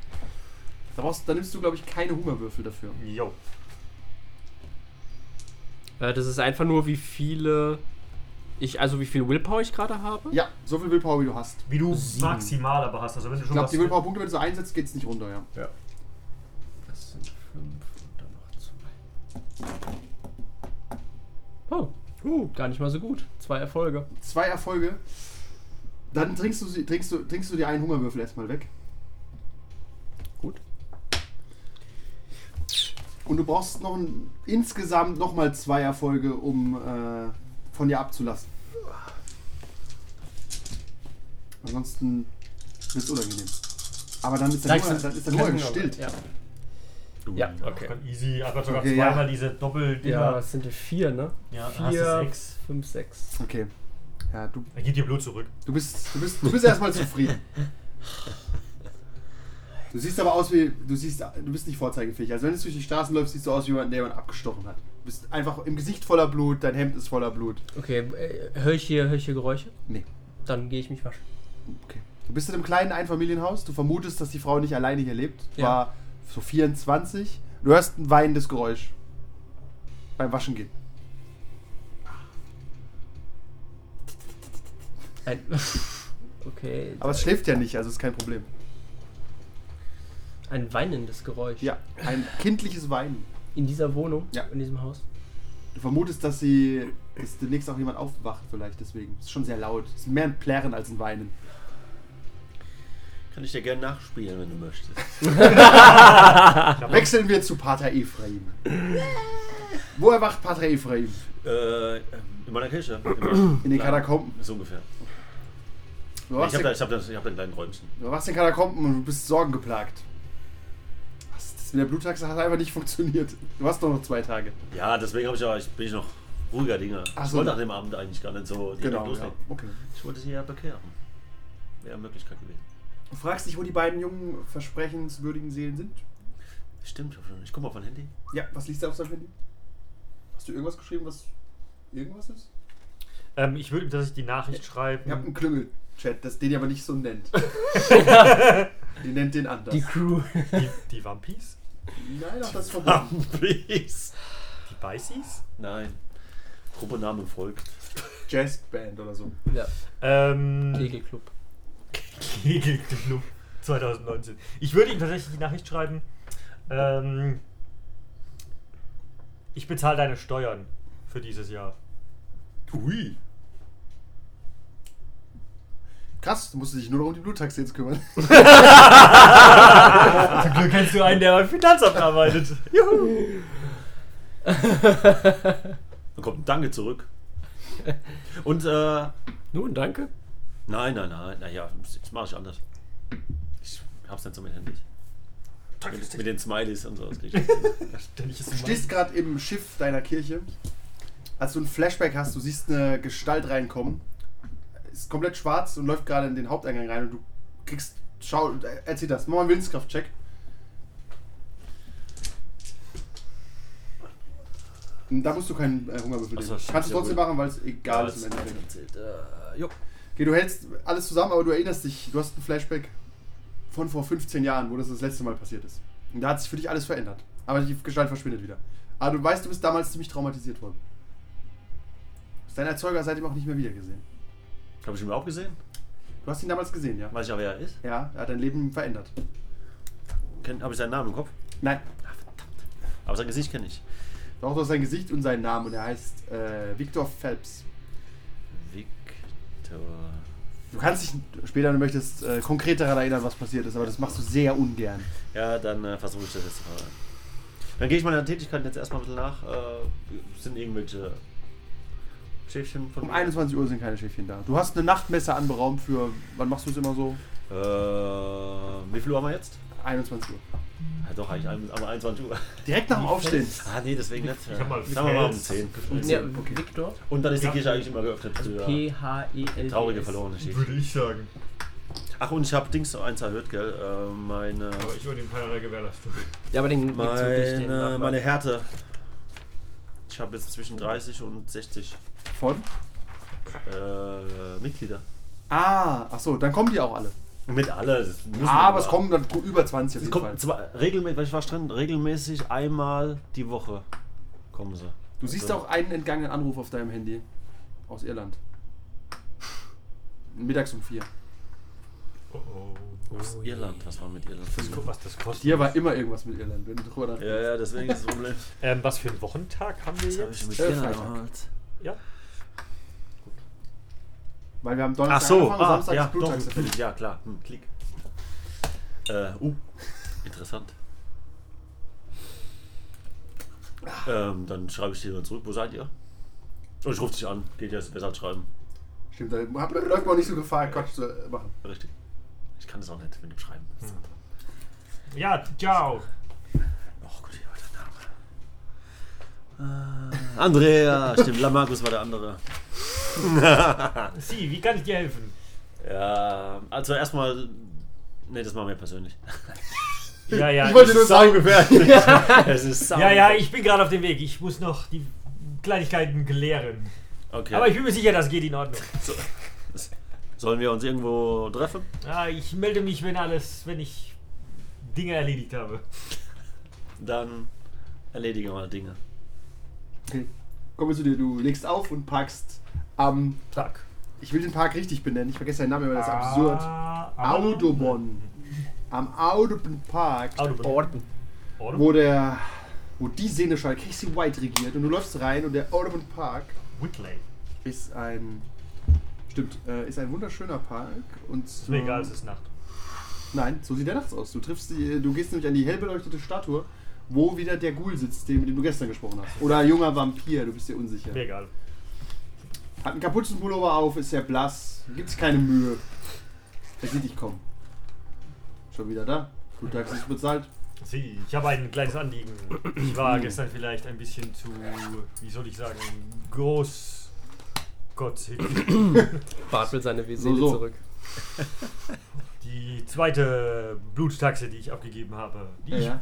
[SPEAKER 1] Da, brauchst, da nimmst du, glaube ich, keine Hungerwürfel dafür.
[SPEAKER 2] Jo.
[SPEAKER 3] Äh, das ist einfach nur, wie viele ich, also wie viel Willpower ich gerade habe.
[SPEAKER 1] Ja, so viel Willpower, wie du hast.
[SPEAKER 2] Wie du maximal aber hast. Also wenn du
[SPEAKER 1] Ich
[SPEAKER 2] schon
[SPEAKER 1] glaube, die
[SPEAKER 2] was.
[SPEAKER 1] Willpower-Punkte, wenn du so einsetzt, geht's nicht runter, ja.
[SPEAKER 3] Das sind fünf und dann noch zwei. Oh, uh, gar nicht mal so gut. Zwei Erfolge.
[SPEAKER 1] Zwei Erfolge. Dann trinkst du, sie- trinkst du, trinkst du dir einen Hungerwürfel erstmal weg.
[SPEAKER 3] Gut.
[SPEAKER 1] Und du brauchst noch ein, insgesamt nochmal zwei Erfolge, um äh, von dir abzulassen. Ansonsten wird es unangenehm. Aber dann ist der Hunger, dann ist der Hunger gestillt.
[SPEAKER 3] Ja,
[SPEAKER 1] Uh.
[SPEAKER 4] Ja,
[SPEAKER 3] okay.
[SPEAKER 2] Dann easy, einfach sogar
[SPEAKER 1] Okay, ja.
[SPEAKER 2] zweimal diese Doppel-Dinger.
[SPEAKER 3] Ja, das sind die vier, ne?
[SPEAKER 2] Ja,
[SPEAKER 3] vier,
[SPEAKER 2] hast du sechs.
[SPEAKER 3] fünf, sechs.
[SPEAKER 1] Okay. Ja, du,
[SPEAKER 2] Dann geht dir Blut zurück.
[SPEAKER 1] du, bist, du, bist, du bist erstmal zufrieden. Du siehst aber aus wie. Du siehst, du bist nicht vorzeigefähig. Also wenn du durch die Straßen läufst, siehst du aus wie jemand, der jemand abgestochen hat. Du bist einfach im Gesicht voller Blut, dein Hemd ist voller Blut.
[SPEAKER 3] Okay, äh, höre ich, hier- hör ich hier Geräusche?
[SPEAKER 1] Nee.
[SPEAKER 3] Dann gehe ich mich waschen.
[SPEAKER 1] Okay. Du bist in einem kleinen Einfamilienhaus. Du vermutest, dass die Frau nicht alleine hier lebt.
[SPEAKER 3] Ja.
[SPEAKER 1] War so 24. Du hörst ein weinendes Geräusch. Beim Waschen gehen.
[SPEAKER 3] Ein okay,
[SPEAKER 1] Aber es schläft ja nicht, also ist kein Problem.
[SPEAKER 3] ein weinendes Geräusch.
[SPEAKER 1] Ja, ein kindliches Weinen.
[SPEAKER 3] In dieser Wohnung,
[SPEAKER 1] Ja.
[SPEAKER 3] in diesem Haus.
[SPEAKER 1] Du vermutest, dass sie dass demnächst auch jemand aufwacht, vielleicht deswegen. Ist schon sehr laut. Ist mehr ein Plärren als ein Weinen.
[SPEAKER 4] Kann ich dir gerne nachspielen, wenn du möchtest.
[SPEAKER 1] Ah, Wechseln wir zu Pater Ephraim. Wo erwacht Pater Ephraim?
[SPEAKER 4] äh, in meiner Kirche. Immer.
[SPEAKER 1] In den Katakomben.
[SPEAKER 4] So ungefähr.
[SPEAKER 1] Du
[SPEAKER 4] Ich
[SPEAKER 1] erwachst
[SPEAKER 4] habe
[SPEAKER 1] in,
[SPEAKER 4] da, ich hab da, ich hab da einen kleinen Räumchen.
[SPEAKER 1] du erwachst in den Katakomben und du bist sorgengeplagt. Was, das mit der Bluttaxe hat einfach nicht funktioniert. Du hast doch noch zwei Tage.
[SPEAKER 4] Ja, deswegen hab ich aber, ich bin ich noch ruhiger Dinger.
[SPEAKER 1] Ach
[SPEAKER 4] ich
[SPEAKER 1] so.
[SPEAKER 4] wollte nach dem Abend eigentlich gar nicht so direkt
[SPEAKER 1] Genau, ja.
[SPEAKER 4] loslegen.
[SPEAKER 1] Okay.
[SPEAKER 4] Ich wollte sie ja bekehren. Wäre eine Möglichkeit gewesen.
[SPEAKER 1] Du fragst dich, wo die beiden jungen, versprechenswürdigen Seelen sind?
[SPEAKER 4] Stimmt, ich hab schon- ich guck mal auf mein Handy.
[SPEAKER 1] Ja, was liest du auf seinem Handy? Hast du irgendwas geschrieben, was irgendwas ist?
[SPEAKER 2] Ähm, ich würde, dass ich die Nachricht schreiben.
[SPEAKER 1] Ihr habt einen Klüngel. Chat, das den aber nicht so nennt. die nennt den anders.
[SPEAKER 3] Die Crew.
[SPEAKER 2] Die, die Vampis?
[SPEAKER 1] Nein, auch das ist verboten.
[SPEAKER 4] Please.
[SPEAKER 2] Die Bicies?
[SPEAKER 4] Nein. Gruppenname folgt.
[SPEAKER 1] Jazzband oder so.
[SPEAKER 3] Ja.
[SPEAKER 2] Ähm,
[SPEAKER 3] Kegelclub.
[SPEAKER 2] Kegelclub 2019. Ich würde ihm tatsächlich die Nachricht schreiben. Ähm, ich bezahle deine Steuern für dieses Jahr.
[SPEAKER 1] Ui. Krass, du musst dich nur noch um die Bluttaxe jetzt kümmern.
[SPEAKER 2] Zum Glück kennst du einen, der beim Finanzamt arbeitet. Juhu.
[SPEAKER 4] Dann kommt ein Danke zurück. Und, äh,
[SPEAKER 3] Nun, danke.
[SPEAKER 4] nein, nein, nein, naja, das mache ich anders. Ich hab's nicht so mit Händen. Mit, mit den Smileys und so. Das krieg ich nicht hin.
[SPEAKER 2] Ständig ist
[SPEAKER 1] Du
[SPEAKER 2] ein
[SPEAKER 1] stehst gerade im Schiff deiner Kirche. Als du einen Flashback hast, du siehst eine Gestalt reinkommen. Ist komplett schwarz und läuft gerade in den Haupteingang rein und du kriegst. Schau, erzähl das. Mach mal einen Willenskraft-Check. Da musst du keinen äh, Hungerbüffel
[SPEAKER 4] Ach so,
[SPEAKER 1] nehmen.
[SPEAKER 4] stimmt,
[SPEAKER 1] Kannst du
[SPEAKER 4] ja
[SPEAKER 1] trotzdem
[SPEAKER 4] wohl.
[SPEAKER 1] machen, weil es egal
[SPEAKER 4] Ja,
[SPEAKER 1] ist
[SPEAKER 4] das-
[SPEAKER 1] im Endeffekt.
[SPEAKER 4] Äh, jo.
[SPEAKER 1] Okay, du hältst alles zusammen, aber du erinnerst dich, du hast einen Flashback von vor 15 Jahren, wo das das letzte Mal passiert ist. Und da hat sich für dich alles verändert. Aber die Gestalt verschwindet wieder. Aber du weißt, du bist damals ziemlich traumatisiert worden. Du hast deinen Erzeuger seitdem auch nicht mehr wiedergesehen.
[SPEAKER 4] Hab ich ihn überhaupt gesehen?
[SPEAKER 1] Du hast ihn damals gesehen, ja?
[SPEAKER 4] Weiß ich ja, wer er ist.
[SPEAKER 1] Ja, er hat dein Leben verändert.
[SPEAKER 4] Kenn- Hab ich seinen Namen im Kopf?
[SPEAKER 1] Nein,
[SPEAKER 4] Aber sein Gesicht kenne ich.
[SPEAKER 1] doch du hast sein Gesicht und seinen Namen und er heißt äh, Victor Phelps.
[SPEAKER 4] Victor.
[SPEAKER 1] Du kannst dich später, wenn du möchtest, äh, konkret daran erinnern, was passiert ist, aber das machst du sehr ungern.
[SPEAKER 4] Ja, dann äh, versuche ich das jetzt mal. Dann gehe ich meiner Tätigkeit jetzt erstmal ein bisschen nach. Äh, sind irgendwelche Schäfchen von
[SPEAKER 1] Um
[SPEAKER 4] mir?
[SPEAKER 1] 21 Uhr sind keine Schäfchen da. Du hast eine Nachtmesse anberaumt für, wann machst du es immer so?
[SPEAKER 4] Äh, wie viel Uhr haben wir jetzt?
[SPEAKER 1] 21 Uhr.
[SPEAKER 4] Ja, doch, eigentlich ein- aber 21 Uhr.
[SPEAKER 1] Direkt nach dem Aufstehen.
[SPEAKER 4] Ah, nee, deswegen nicht.
[SPEAKER 2] Ich hab mal
[SPEAKER 4] Sagen wir mal um
[SPEAKER 2] Fels.
[SPEAKER 4] 10.
[SPEAKER 3] Ja, Also Victor.
[SPEAKER 4] Und dann ist die
[SPEAKER 2] Ja.
[SPEAKER 4] Kirche eigentlich immer geöffnet. für
[SPEAKER 3] P-H-E-L.
[SPEAKER 4] Traurige verlorene
[SPEAKER 2] Mann,
[SPEAKER 4] Schicht.
[SPEAKER 2] Würde ich sagen.
[SPEAKER 4] Ach, und ich habe Dings noch eins erhöht, gell? Äh, meine,
[SPEAKER 2] Aber ich würde ihm keinerlei Gewährleistung.
[SPEAKER 3] Ja, aber den gibt's wirklich den
[SPEAKER 4] meine,
[SPEAKER 3] Nachbar.
[SPEAKER 4] meine Härte. Ich habe jetzt zwischen 30 und 60
[SPEAKER 1] Von?
[SPEAKER 4] äh, Mitglieder.
[SPEAKER 1] Ah, ach so, dann kommen die auch alle.
[SPEAKER 4] Mit alle. das müssen wir
[SPEAKER 1] Ah, Aber es
[SPEAKER 4] machen.
[SPEAKER 1] kommen dann über 20 auf
[SPEAKER 4] Sie
[SPEAKER 1] jeden
[SPEAKER 4] kommen
[SPEAKER 1] Fall.
[SPEAKER 4] zwar regelmäßig, weil ich war drin, regelmäßig einmal die Woche kommen sie. Also
[SPEAKER 1] Du siehst auch einen entgangenen Anruf auf deinem Handy. Aus Irland. Mittags um vier.
[SPEAKER 2] Oh oh.
[SPEAKER 4] Aus Irland, was war mit Irland?
[SPEAKER 2] Das, guck, was das kostet.
[SPEAKER 1] Dir war immer irgendwas mit Irland, wenn du drüber nachdenkst.
[SPEAKER 4] Ja, ja, deswegen ist das Problem.
[SPEAKER 2] Ähm, was für einen Wochentag haben wir
[SPEAKER 4] Was hab
[SPEAKER 2] jetzt?
[SPEAKER 4] ich mit
[SPEAKER 1] Äh,
[SPEAKER 4] Irland
[SPEAKER 1] Freitag.
[SPEAKER 4] halt?
[SPEAKER 2] Ja.
[SPEAKER 1] Weil wir haben
[SPEAKER 4] Ach
[SPEAKER 1] Donnerstag
[SPEAKER 4] so,
[SPEAKER 1] angefangen und
[SPEAKER 4] ah,
[SPEAKER 1] Samstag
[SPEAKER 4] ja,
[SPEAKER 1] ist
[SPEAKER 4] doch,
[SPEAKER 1] Bluttaxe.
[SPEAKER 4] natürlich, ja klar, hm, Klick. Äh, uh, interessant. Ähm, dann schreibe ich dir dann zurück, wo seid ihr? Und ich rufe dich an, geht ja, ist besser als schreiben.
[SPEAKER 1] Stimmt, da hab- läuft man auch nicht so Gefahr, Quatsch zu äh, machen.
[SPEAKER 4] Richtig. Ich kann das auch nicht mit dem Schreiben.
[SPEAKER 2] Ja, ciao.
[SPEAKER 4] Oh Gott, hier war der Name. Äh, Andrea, stimmt, Lamarcus war der andere.
[SPEAKER 2] Sie, wie kann ich dir helfen?
[SPEAKER 4] Ja, also erstmal. Ne, das machen wir persönlich.
[SPEAKER 2] Ja, ja.
[SPEAKER 1] Ich wollte nur sagen,
[SPEAKER 4] es ist sau.
[SPEAKER 2] ja, ja, ich bin gerade auf dem Weg. Ich muss noch die Kleinigkeiten klären.
[SPEAKER 4] Okay.
[SPEAKER 2] Aber ich bin mir sicher, das geht in Ordnung.
[SPEAKER 4] Sollen wir uns irgendwo treffen?
[SPEAKER 2] Ja, Ah, ich melde mich, wenn alles, wenn ich Dinge erledigt habe.
[SPEAKER 4] Dann erledigen wir mal Dinge.
[SPEAKER 1] okay. Kommen wir zu dir, du legst auf und parkst am.
[SPEAKER 2] Tag.
[SPEAKER 1] Ich will den Park richtig benennen, ich vergesse seinen Namen, weil das ist absurd.
[SPEAKER 2] Ah,
[SPEAKER 1] Audubon. Am Audubon Park,
[SPEAKER 2] Audubon.
[SPEAKER 3] Orten.
[SPEAKER 1] wo der wo die Seneschall Casey White regiert und du läufst rein und der Audubon Park
[SPEAKER 2] Whitley.
[SPEAKER 1] ist ein stimmt, äh, ist ein wunderschöner Park und
[SPEAKER 2] Ist
[SPEAKER 1] so,
[SPEAKER 2] mir egal, es ist Nacht.
[SPEAKER 1] Nein, so sieht er nachts aus. Du triffst die, du gehst nämlich an die hell beleuchtete Statue, wo wieder der Ghoul sitzt, den, mit dem du gestern gesprochen hast. Oder ein junger Vampir, du bist dir unsicher.
[SPEAKER 2] Mir egal.
[SPEAKER 1] Hat einen Kapuzenpullover auf, ist sehr blass, gibt sich keine Mühe. Er sieht dich kommen. Schon wieder da. Guten Tag, ist bezahlt.
[SPEAKER 2] Sie, ich habe ein kleines Anliegen. Ich war gestern vielleicht ein bisschen zu, wie soll ich sagen, groß. Gottsig.
[SPEAKER 3] Bart will seine Seele
[SPEAKER 1] So, so.
[SPEAKER 3] zurück.
[SPEAKER 2] Die zweite Bluttaxe, die ich abgegeben habe. Die
[SPEAKER 1] Ja, ja.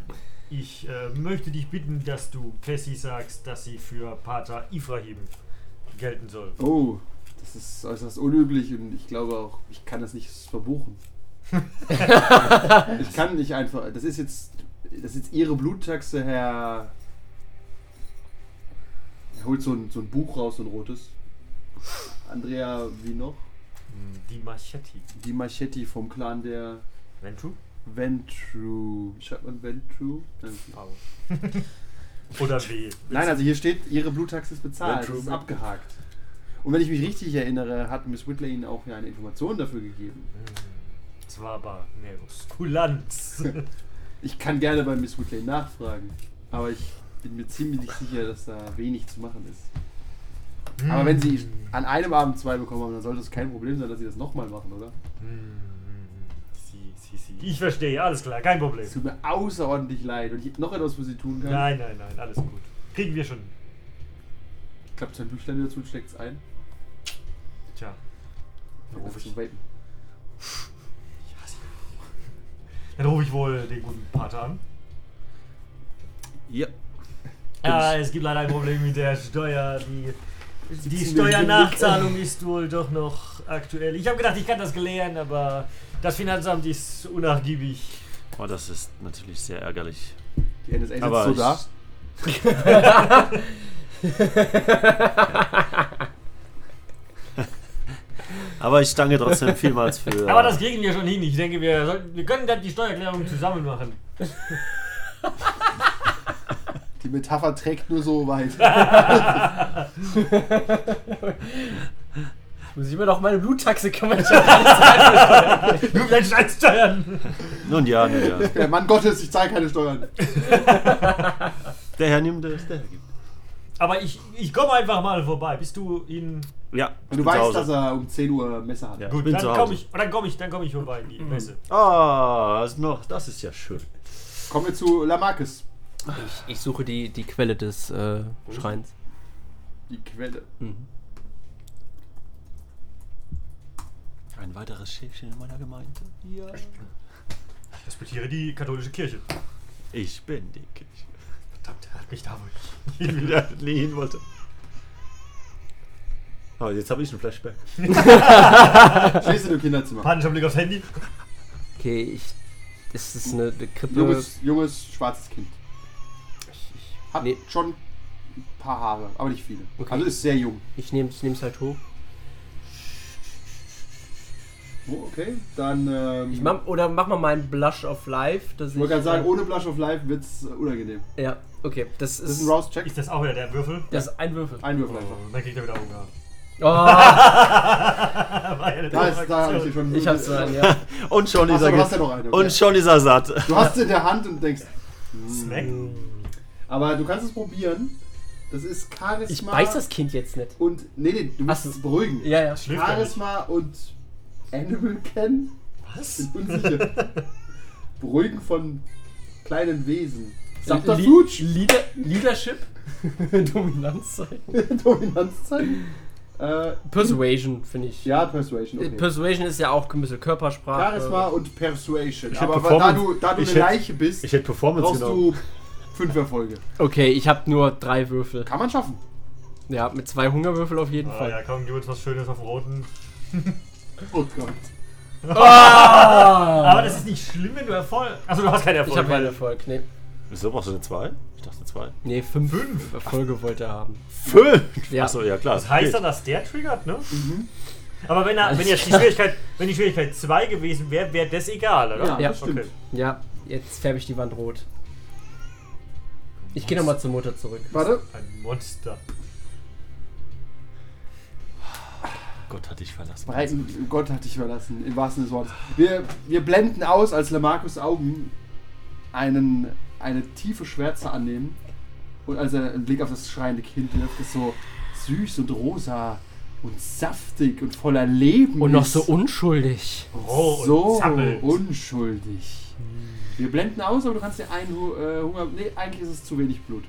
[SPEAKER 2] Ich, ich äh, möchte dich bitten, dass du Cassie sagst, dass sie für Pater Ibrahim gelten soll.
[SPEAKER 1] Oh, Das ist äußerst unüblich und ich glaube auch, ich kann das nicht verbuchen. ich kann nicht einfach. Das ist jetzt, das ist jetzt Ihre Bluttaxe, Herr. Er holt so ein, so ein Buch raus, so ein rotes. Andrea, wie noch?
[SPEAKER 2] Die Machetti.
[SPEAKER 1] Die Machetti vom Clan der
[SPEAKER 2] Ventu?
[SPEAKER 1] Ventru. Schreibt man Ventru? Danke.
[SPEAKER 2] Oder W.
[SPEAKER 1] Nein, also hier steht, ihre Bluttaxe ist bezahlt. Das ist abgehakt. Und wenn ich mich richtig erinnere, hat Miss Whitley Ihnen auch ja eine Information dafür gegeben.
[SPEAKER 2] Es war aber eine Oskulanz.
[SPEAKER 1] Ich kann gerne bei Miss Whitley nachfragen, aber ich bin mir ziemlich sicher, dass da wenig zu machen ist. Aber wenn Sie
[SPEAKER 2] Hm,
[SPEAKER 1] an einem Abend zwei bekommen haben, dann sollte es kein Problem sein, dass Sie das nochmal machen, oder?
[SPEAKER 2] Mm, hm, Sie, sie, sie. Ich verstehe, alles klar, kein Problem.
[SPEAKER 1] Es tut mir außerordentlich leid und ich noch etwas für Sie tun kann.
[SPEAKER 2] Nein, nein, nein, alles gut. Kriegen wir schon.
[SPEAKER 1] Klappt sein Büchlein wieder zu und schlägt es ein.
[SPEAKER 2] Tja. Dann rufe ich,
[SPEAKER 1] Zum Vapen.
[SPEAKER 2] ich hasse ihn. Dann rufe ich wohl den guten Pater an.
[SPEAKER 4] Ja.
[SPEAKER 2] Ja, Ah, es gibt leider ein Problem mit der Steuer. Die, die
[SPEAKER 1] 17
[SPEAKER 2] Steuernachzahlung ist wohl doch noch aktuell. Ich habe gedacht, ich kann das klären, aber das Finanzamt ist unnachgiebig.
[SPEAKER 4] Oh, das ist natürlich sehr ärgerlich.
[SPEAKER 1] Die NSA sitzt
[SPEAKER 4] Aber
[SPEAKER 1] so
[SPEAKER 4] ich-
[SPEAKER 1] da.
[SPEAKER 4] Aber ich danke trotzdem vielmals für.
[SPEAKER 2] Aber das kriegen wir schon hin. Ich denke, wir, sollten, wir können dann die Steuererklärung zusammen machen.
[SPEAKER 1] Die Metapher trägt nur so weit.
[SPEAKER 3] Muss ich immer noch meine Bluttaxe kümmern.
[SPEAKER 2] Nur dein Scheiß Steuern.
[SPEAKER 4] Nun ja, nun ja.
[SPEAKER 1] Der Mann Gottes, ich zahle keine Steuern.
[SPEAKER 4] Der Herr nimmt es, der Herr gibt.
[SPEAKER 2] Aber ich, ich komme einfach mal vorbei. Bist du in.
[SPEAKER 4] Ja,
[SPEAKER 1] Und
[SPEAKER 4] ich bin
[SPEAKER 1] du
[SPEAKER 4] zu
[SPEAKER 1] weißt,
[SPEAKER 4] Hause.
[SPEAKER 1] dass er um 10 Uhr Messer hat.
[SPEAKER 4] Ja, ich
[SPEAKER 2] Gut,
[SPEAKER 4] bin
[SPEAKER 2] dann
[SPEAKER 4] zu
[SPEAKER 2] komme
[SPEAKER 4] Hause.
[SPEAKER 2] ich, dann komm ich, dann komm ich vorbei in die Messe.
[SPEAKER 4] Ah, was noch? Das ist ja schön.
[SPEAKER 1] Kommen wir zu Lamarcus.
[SPEAKER 3] Ich, ich suche die, die Quelle des äh,
[SPEAKER 1] Mhm.
[SPEAKER 3] Schreins.
[SPEAKER 1] Die Quelle.
[SPEAKER 3] Mhm.
[SPEAKER 5] Ein weiteres Schäfchen in meiner Gemeinde. Ja.
[SPEAKER 2] Ich respektiere die katholische Kirche.
[SPEAKER 4] Ich bin die Kirche.
[SPEAKER 2] Verdammt, er hat mich da wohl.
[SPEAKER 4] Ich wieder nie hin wollte. Aber jetzt habe ich einen Flashback.
[SPEAKER 1] Stehst du im Kinderzimmer?
[SPEAKER 2] Panischer Blick aufs Handy.
[SPEAKER 3] Okay, ich. Ist das eine, eine Krippe?
[SPEAKER 1] Junges, junges, schwarzes Kind.
[SPEAKER 3] Ich, ich,
[SPEAKER 1] Hat
[SPEAKER 3] Nee.
[SPEAKER 1] schon ein paar Haare, aber nicht viele.
[SPEAKER 3] Okay.
[SPEAKER 1] Also ist sehr jung.
[SPEAKER 3] ich nehme es halt hoch.
[SPEAKER 1] Oh, okay, dann. Ähm,
[SPEAKER 3] Ich mach, oder mach mal meinen Blush of Life. Dass ich
[SPEAKER 1] ich wollte gerade sagen, ohne Blush of Life wird's äh, unangenehm.
[SPEAKER 3] Ja, okay. Das
[SPEAKER 1] Das ist
[SPEAKER 3] ist.
[SPEAKER 1] ein Rouse Check.
[SPEAKER 2] Ist das auch wieder der Würfel?
[SPEAKER 3] Das ist ein Würfel.
[SPEAKER 1] Einwürfel
[SPEAKER 2] Oh,
[SPEAKER 1] einfach.
[SPEAKER 2] dann kriegt er wieder Hunger.
[SPEAKER 3] Oh,
[SPEAKER 2] War ja eine
[SPEAKER 1] Da, ist, da habe ich dir schon.
[SPEAKER 3] ich hab's dran, ja.
[SPEAKER 4] Und schon
[SPEAKER 1] Achso,
[SPEAKER 4] ist er
[SPEAKER 1] du hast
[SPEAKER 4] ge-
[SPEAKER 1] ja noch eine. Okay.
[SPEAKER 4] Und schon ist er satt.
[SPEAKER 1] Du hast sie in der Hand und denkst.
[SPEAKER 2] Snack?
[SPEAKER 1] Aber du kannst es probieren. Das ist Charisma.
[SPEAKER 3] Ich beiß das Kind jetzt nicht.
[SPEAKER 1] Und. Nee, nee, du
[SPEAKER 3] Ach
[SPEAKER 1] musst
[SPEAKER 3] so.
[SPEAKER 1] es beruhigen.
[SPEAKER 3] Ja, ja.
[SPEAKER 2] Schläft er nicht.
[SPEAKER 1] Charisma und Animal kennen?
[SPEAKER 2] Was?
[SPEAKER 1] Bin unsicher. Beruhigen von kleinen Wesen.
[SPEAKER 3] Li-
[SPEAKER 1] Subterfuge.
[SPEAKER 3] Leader, Leadership? Dominanz sein?
[SPEAKER 1] Dominanz zeigen. Äh,
[SPEAKER 3] Persuasion, finde ich. Äh,
[SPEAKER 1] ja, Persuasion. Okay.
[SPEAKER 3] Persuasion ist ja auch ein bisschen Körpersprache.
[SPEAKER 1] Charisma und Persuasion.
[SPEAKER 4] Ich hab
[SPEAKER 1] Aber weil- da
[SPEAKER 4] Performance-
[SPEAKER 1] du, da du
[SPEAKER 4] ich
[SPEAKER 1] eine
[SPEAKER 4] hätt-
[SPEAKER 1] Leiche bist,
[SPEAKER 4] Ich hätte Performance
[SPEAKER 1] brauchst
[SPEAKER 4] genommen.
[SPEAKER 1] du fünf Erfolge.
[SPEAKER 3] Okay, ich habe nur drei Würfel.
[SPEAKER 1] Kann man schaffen.
[SPEAKER 3] Ja, mit zwei Hungerwürfel auf jeden
[SPEAKER 2] Ah,
[SPEAKER 3] Fall.
[SPEAKER 2] ja, komm, gib uns was Schönes auf dem Roten.
[SPEAKER 1] Oh Gott. Ah.
[SPEAKER 2] Aber das ist nicht schlimm, wenn du Erfolg. Achso, du hast keinen Erfolg.
[SPEAKER 3] Ich habe keinen Erfolg. Nee,
[SPEAKER 4] Wieso brauchst du eine 2? Ich dachte eine 2.
[SPEAKER 3] nee fünf,
[SPEAKER 2] Fünf?
[SPEAKER 3] Erfolge wollte er haben.
[SPEAKER 4] 5!
[SPEAKER 3] Ja.
[SPEAKER 4] Achso, ja klar.
[SPEAKER 2] Das heißt
[SPEAKER 4] geht.
[SPEAKER 2] dann, dass der triggert, ne?
[SPEAKER 1] Mhm.
[SPEAKER 2] Aber wenn, er, wenn
[SPEAKER 3] Alles
[SPEAKER 2] jetzt die
[SPEAKER 3] klar.
[SPEAKER 2] Schwierigkeit, wenn die Schwierigkeit 2 gewesen wäre, wäre das egal, oder?
[SPEAKER 1] Ja,
[SPEAKER 3] Ja.
[SPEAKER 1] das stimmt.
[SPEAKER 2] Okay.
[SPEAKER 3] Ja, jetzt färbe ich die Wand rot. Ich gehe nochmal zur Mutter zurück.
[SPEAKER 1] Warte.
[SPEAKER 2] Ein Monster.
[SPEAKER 5] Gott hat dich verlassen.
[SPEAKER 1] Breiten Oh Gott hat dich verlassen, im wahrsten Sinne des Wortes. Wir, wir blenden aus, als Lamarcus Augen einen, eine tiefe Schwärze annehmen und als er einen Blick auf das schreiende Kind wirft, das so süß und rosa und saftig und voller Leben
[SPEAKER 3] Und noch
[SPEAKER 1] ist.
[SPEAKER 3] so unschuldig.
[SPEAKER 2] Roh und
[SPEAKER 1] so
[SPEAKER 2] zappelnd.
[SPEAKER 1] unschuldig. Wir blenden aus, aber du kannst dir einen Hu- äh, Hunger... Nee, eigentlich ist es zu wenig Blut.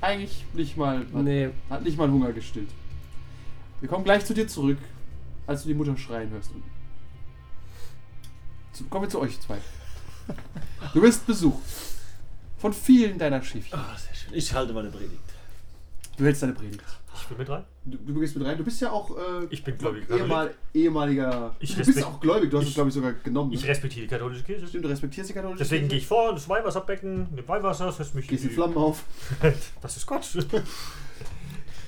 [SPEAKER 1] Eigentlich nicht mal...
[SPEAKER 3] Nee,
[SPEAKER 1] Hat nicht mal Hunger gestillt. Wir kommen gleich zu dir zurück, als du die Mutter schreien hörst. unten. Zu, kommen wir zu euch zwei. Du bist besucht. Von vielen deiner Schäfchen.
[SPEAKER 4] Ah, sehr schön. Ich halte meine Predigt.
[SPEAKER 1] Du hältst deine Predigt.
[SPEAKER 2] Ich will mit rein.
[SPEAKER 1] Du, du gehst mit rein. Du bist ja auch äh,
[SPEAKER 2] Ich bin gläubig.
[SPEAKER 1] ehemal, ehemaliger.
[SPEAKER 2] Ich
[SPEAKER 1] du bist
[SPEAKER 2] respekt-
[SPEAKER 1] auch gläubig. Du hast es,
[SPEAKER 2] ich-
[SPEAKER 1] glaube ich, sogar genommen.
[SPEAKER 2] Ich
[SPEAKER 1] Ne?
[SPEAKER 2] respektiere die katholische Kirche.
[SPEAKER 1] Stimmt, du respektierst die katholische
[SPEAKER 2] Deswegen gehe
[SPEAKER 1] Kirche.
[SPEAKER 2] ich vor, das Weihwasserbecken, nimm Weihwasser, das setzt mich
[SPEAKER 1] Gehst in Flammen auf.
[SPEAKER 2] Das ist Gott.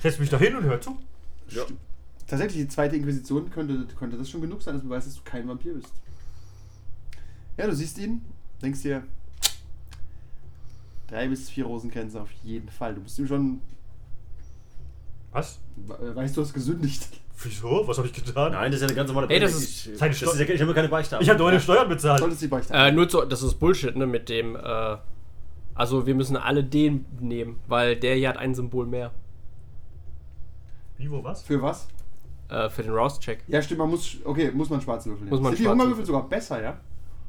[SPEAKER 2] Setz mich da hin und hör zu.
[SPEAKER 4] Ja.
[SPEAKER 1] Tatsächlich, die zweite Inquisition könnte, könnte das schon genug sein, dass man weiß, dass du kein Vampir bist. Ja, du siehst ihn, denkst dir, drei bis vier Rosenkränze auf jeden Fall. Du bist ihm schon,
[SPEAKER 2] Was?
[SPEAKER 1] we- weißt du, hast gesündigt.
[SPEAKER 2] Wieso? Was habe ich getan?
[SPEAKER 4] Nein, das ist ja eine ganz normale
[SPEAKER 3] Ey, das
[SPEAKER 4] Predigt.
[SPEAKER 2] seine
[SPEAKER 4] ich, das ist ja, ich habe mir keine Beichte.
[SPEAKER 2] Ich habe doch meine
[SPEAKER 4] Ja.
[SPEAKER 2] Steuern bezahlt.
[SPEAKER 1] Solltest die Beichte.
[SPEAKER 3] Äh, nur zu, das ist Bullshit, ne, mit dem, äh, also wir müssen alle den nehmen, weil der hier hat ein Symbol mehr,
[SPEAKER 2] Wie, wo, was?
[SPEAKER 1] Für was?
[SPEAKER 3] äh, für den Rouse-Check.
[SPEAKER 1] Ja, stimmt, man muss, okay, muss man schwarze Würfel nehmen.
[SPEAKER 3] Muss man
[SPEAKER 1] Sind die
[SPEAKER 3] schwarze
[SPEAKER 1] Hungerwürfel sogar besser, ja?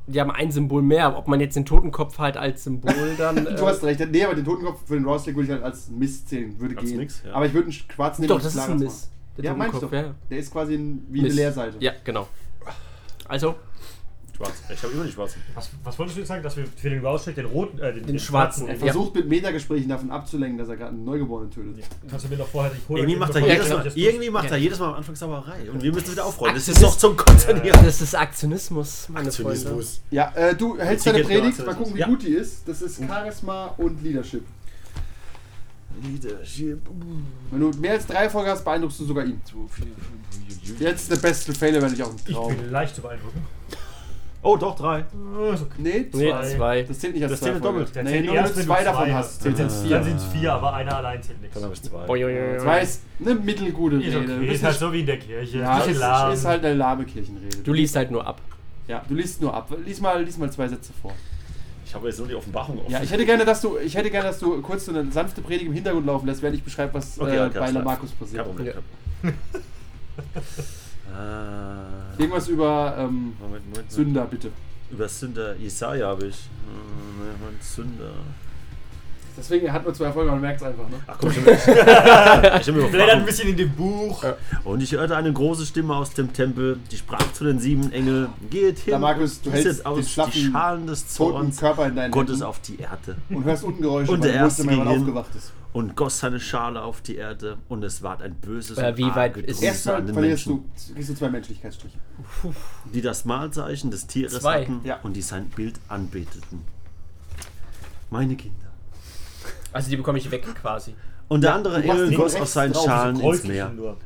[SPEAKER 3] Die haben ein Symbol mehr, ob man jetzt den Totenkopf halt als Symbol dann, äh,
[SPEAKER 1] Du hast recht, nee, aber den Totenkopf für den Rawstick würde ich halt als Mist zählen, würde
[SPEAKER 4] Als
[SPEAKER 1] gehen.
[SPEAKER 4] nix, ja.
[SPEAKER 1] Aber ich würde einen schwarzen nehmen,
[SPEAKER 3] doch,
[SPEAKER 1] um es
[SPEAKER 3] das ist
[SPEAKER 1] klarer
[SPEAKER 3] ein
[SPEAKER 1] zu
[SPEAKER 3] Miss.
[SPEAKER 1] machen.
[SPEAKER 3] Der
[SPEAKER 1] Ja, meinst du.
[SPEAKER 3] Totenkopf, ja.
[SPEAKER 1] Der ist quasi ein, wie
[SPEAKER 3] Miss.
[SPEAKER 1] eine Leerseite.
[SPEAKER 3] Ja, genau. Also,
[SPEAKER 4] Schwarz. Ich habe immer die Schwarzen.
[SPEAKER 2] Was, was wolltest du jetzt sagen, dass wir für den Rauschnitt den roten, äh, den,
[SPEAKER 3] Den schwarzen,
[SPEAKER 1] Er
[SPEAKER 2] einfach.
[SPEAKER 3] ja.
[SPEAKER 1] versucht mit Metagesprächen davon abzulenken, dass er gerade einen Neugeborenen tötet.
[SPEAKER 2] Kannst du mir noch vorher die Kohle
[SPEAKER 4] Irgendwie
[SPEAKER 2] geben,
[SPEAKER 4] macht er
[SPEAKER 2] bevor
[SPEAKER 4] jedes
[SPEAKER 2] ich-
[SPEAKER 4] Mal,
[SPEAKER 2] das-
[SPEAKER 4] irgendwie macht er
[SPEAKER 3] Ja.
[SPEAKER 4] jedes Mal am Anfang Sauerei. Und wir müssen wieder aufräumen. Das
[SPEAKER 3] Aktionist-
[SPEAKER 4] ist doch zum Konzentrieren.
[SPEAKER 3] das ist Aktionismus, meine Freunde.
[SPEAKER 4] Aktionismus.
[SPEAKER 1] Ja, äh, du hältst
[SPEAKER 4] Die
[SPEAKER 1] deine
[SPEAKER 4] geht genau
[SPEAKER 1] Predigt,
[SPEAKER 4] zu-
[SPEAKER 1] mal gucken, wie
[SPEAKER 4] Ja.
[SPEAKER 1] gut die ist. Das ist Charisma und Leadership.
[SPEAKER 4] Leadership.
[SPEAKER 1] Wenn du mehr als drei Erfolge hast, beeindruckst du sogar ihn. Jetzt der beste Failure, wenn ich auf den
[SPEAKER 2] Ich
[SPEAKER 1] Traum.
[SPEAKER 2] bin leicht zu beeindrucken.
[SPEAKER 4] Oh, doch, drei.
[SPEAKER 2] Ah, ist okay.
[SPEAKER 1] Nee,
[SPEAKER 3] Nee,
[SPEAKER 2] Zwei.
[SPEAKER 3] zwei.
[SPEAKER 1] das zählt nicht als
[SPEAKER 4] Das
[SPEAKER 1] zwei
[SPEAKER 4] zählt
[SPEAKER 1] Erfolge.
[SPEAKER 4] doppelt.
[SPEAKER 2] Der
[SPEAKER 1] Nee,
[SPEAKER 2] zählt
[SPEAKER 1] nur wenn
[SPEAKER 2] erst,
[SPEAKER 1] du
[SPEAKER 2] wenn du
[SPEAKER 1] zwei davon
[SPEAKER 2] zwei
[SPEAKER 1] hast,
[SPEAKER 2] hast.
[SPEAKER 1] zählt jetzt
[SPEAKER 2] Dann
[SPEAKER 1] vier.
[SPEAKER 2] sind es vier, aber einer allein zählt nichts.
[SPEAKER 4] Dann habe ich zwei.
[SPEAKER 3] Oi, oi, oi, oi.
[SPEAKER 1] Zwei ist eine mittelgute
[SPEAKER 2] Ist,
[SPEAKER 1] Rede.
[SPEAKER 2] okay. ist
[SPEAKER 1] Bisschen
[SPEAKER 2] halt so wie in der Kirche.
[SPEAKER 1] Ja,
[SPEAKER 2] Bisschen
[SPEAKER 1] ist,
[SPEAKER 2] lahm.
[SPEAKER 1] ist halt eine lahme Kirchenrede.
[SPEAKER 3] Du liest halt nur ab.
[SPEAKER 1] ja, du liest nur ab. Lies mal, lies mal zwei Sätze vor.
[SPEAKER 4] Ich habe jetzt nur die Offenbarung offen.
[SPEAKER 1] Ja, ich hätte gerne, dass du, ich hätte gerne, dass du kurz so eine sanfte Predigt im Hintergrund laufen lässt, während ich beschreibe, was
[SPEAKER 4] Okay,
[SPEAKER 1] äh,
[SPEAKER 4] okay,
[SPEAKER 1] bei
[SPEAKER 4] alles klar.
[SPEAKER 1] Lamarcus passiert.
[SPEAKER 4] Kein Problem.
[SPEAKER 3] Ja.
[SPEAKER 4] Ah.
[SPEAKER 1] Irgendwas über ähm,
[SPEAKER 4] Moment, Moment, Moment.
[SPEAKER 1] Sünder, bitte.
[SPEAKER 4] Über Sünder. Jesaja habe ich. Hm, ne, Moment, Sünder.
[SPEAKER 1] Deswegen hat nur zwei Erfolge, man merkt es einfach, ne?
[SPEAKER 4] Ach komm, ich habe mir
[SPEAKER 1] Genau.
[SPEAKER 2] Blättert ein bisschen in dem Buch.
[SPEAKER 4] Äh, Und ich hörte eine große Stimme aus dem Tempel, die sprach zu den sieben Engeln: Geht hin,
[SPEAKER 1] Lamarcus,
[SPEAKER 4] und
[SPEAKER 1] du
[SPEAKER 4] gießet
[SPEAKER 1] hältst den
[SPEAKER 4] aus die
[SPEAKER 1] schlaffen,
[SPEAKER 4] Schalen des
[SPEAKER 1] Toten
[SPEAKER 4] Zorns
[SPEAKER 1] Körper in deinen
[SPEAKER 4] Gottes
[SPEAKER 1] Händen
[SPEAKER 4] auf die Erde.
[SPEAKER 1] und hörst Ungeräusche,
[SPEAKER 4] Und
[SPEAKER 1] weil
[SPEAKER 4] der
[SPEAKER 1] du wusstest,
[SPEAKER 4] Erste
[SPEAKER 1] wenn
[SPEAKER 4] ging
[SPEAKER 1] man
[SPEAKER 4] hin.
[SPEAKER 1] aufgewacht ist.
[SPEAKER 4] Und goss seine Schale auf die Erde, und es ward ein böses
[SPEAKER 3] Äh,
[SPEAKER 4] und
[SPEAKER 3] wie weit
[SPEAKER 4] arges
[SPEAKER 3] ist-
[SPEAKER 4] Geruch
[SPEAKER 1] Erstmal
[SPEAKER 4] an den
[SPEAKER 1] verlierst
[SPEAKER 4] Menschen,
[SPEAKER 1] du, kriegst du zwei Menschlichkeitsstriche.
[SPEAKER 4] die das Mahlzeichen des Tieres
[SPEAKER 3] Zwei.
[SPEAKER 4] hatten
[SPEAKER 1] Ja.
[SPEAKER 4] und die sein Bild anbeteten. Meine Kinder.
[SPEAKER 3] Also die bekomme ich weg quasi.
[SPEAKER 4] Und der andere
[SPEAKER 1] du machst
[SPEAKER 4] Engel
[SPEAKER 1] links,
[SPEAKER 4] goss
[SPEAKER 1] rechts
[SPEAKER 4] auf seinen
[SPEAKER 1] drauf, so
[SPEAKER 4] Schalen ins
[SPEAKER 2] Kreuzchen
[SPEAKER 4] Meer,
[SPEAKER 2] nur.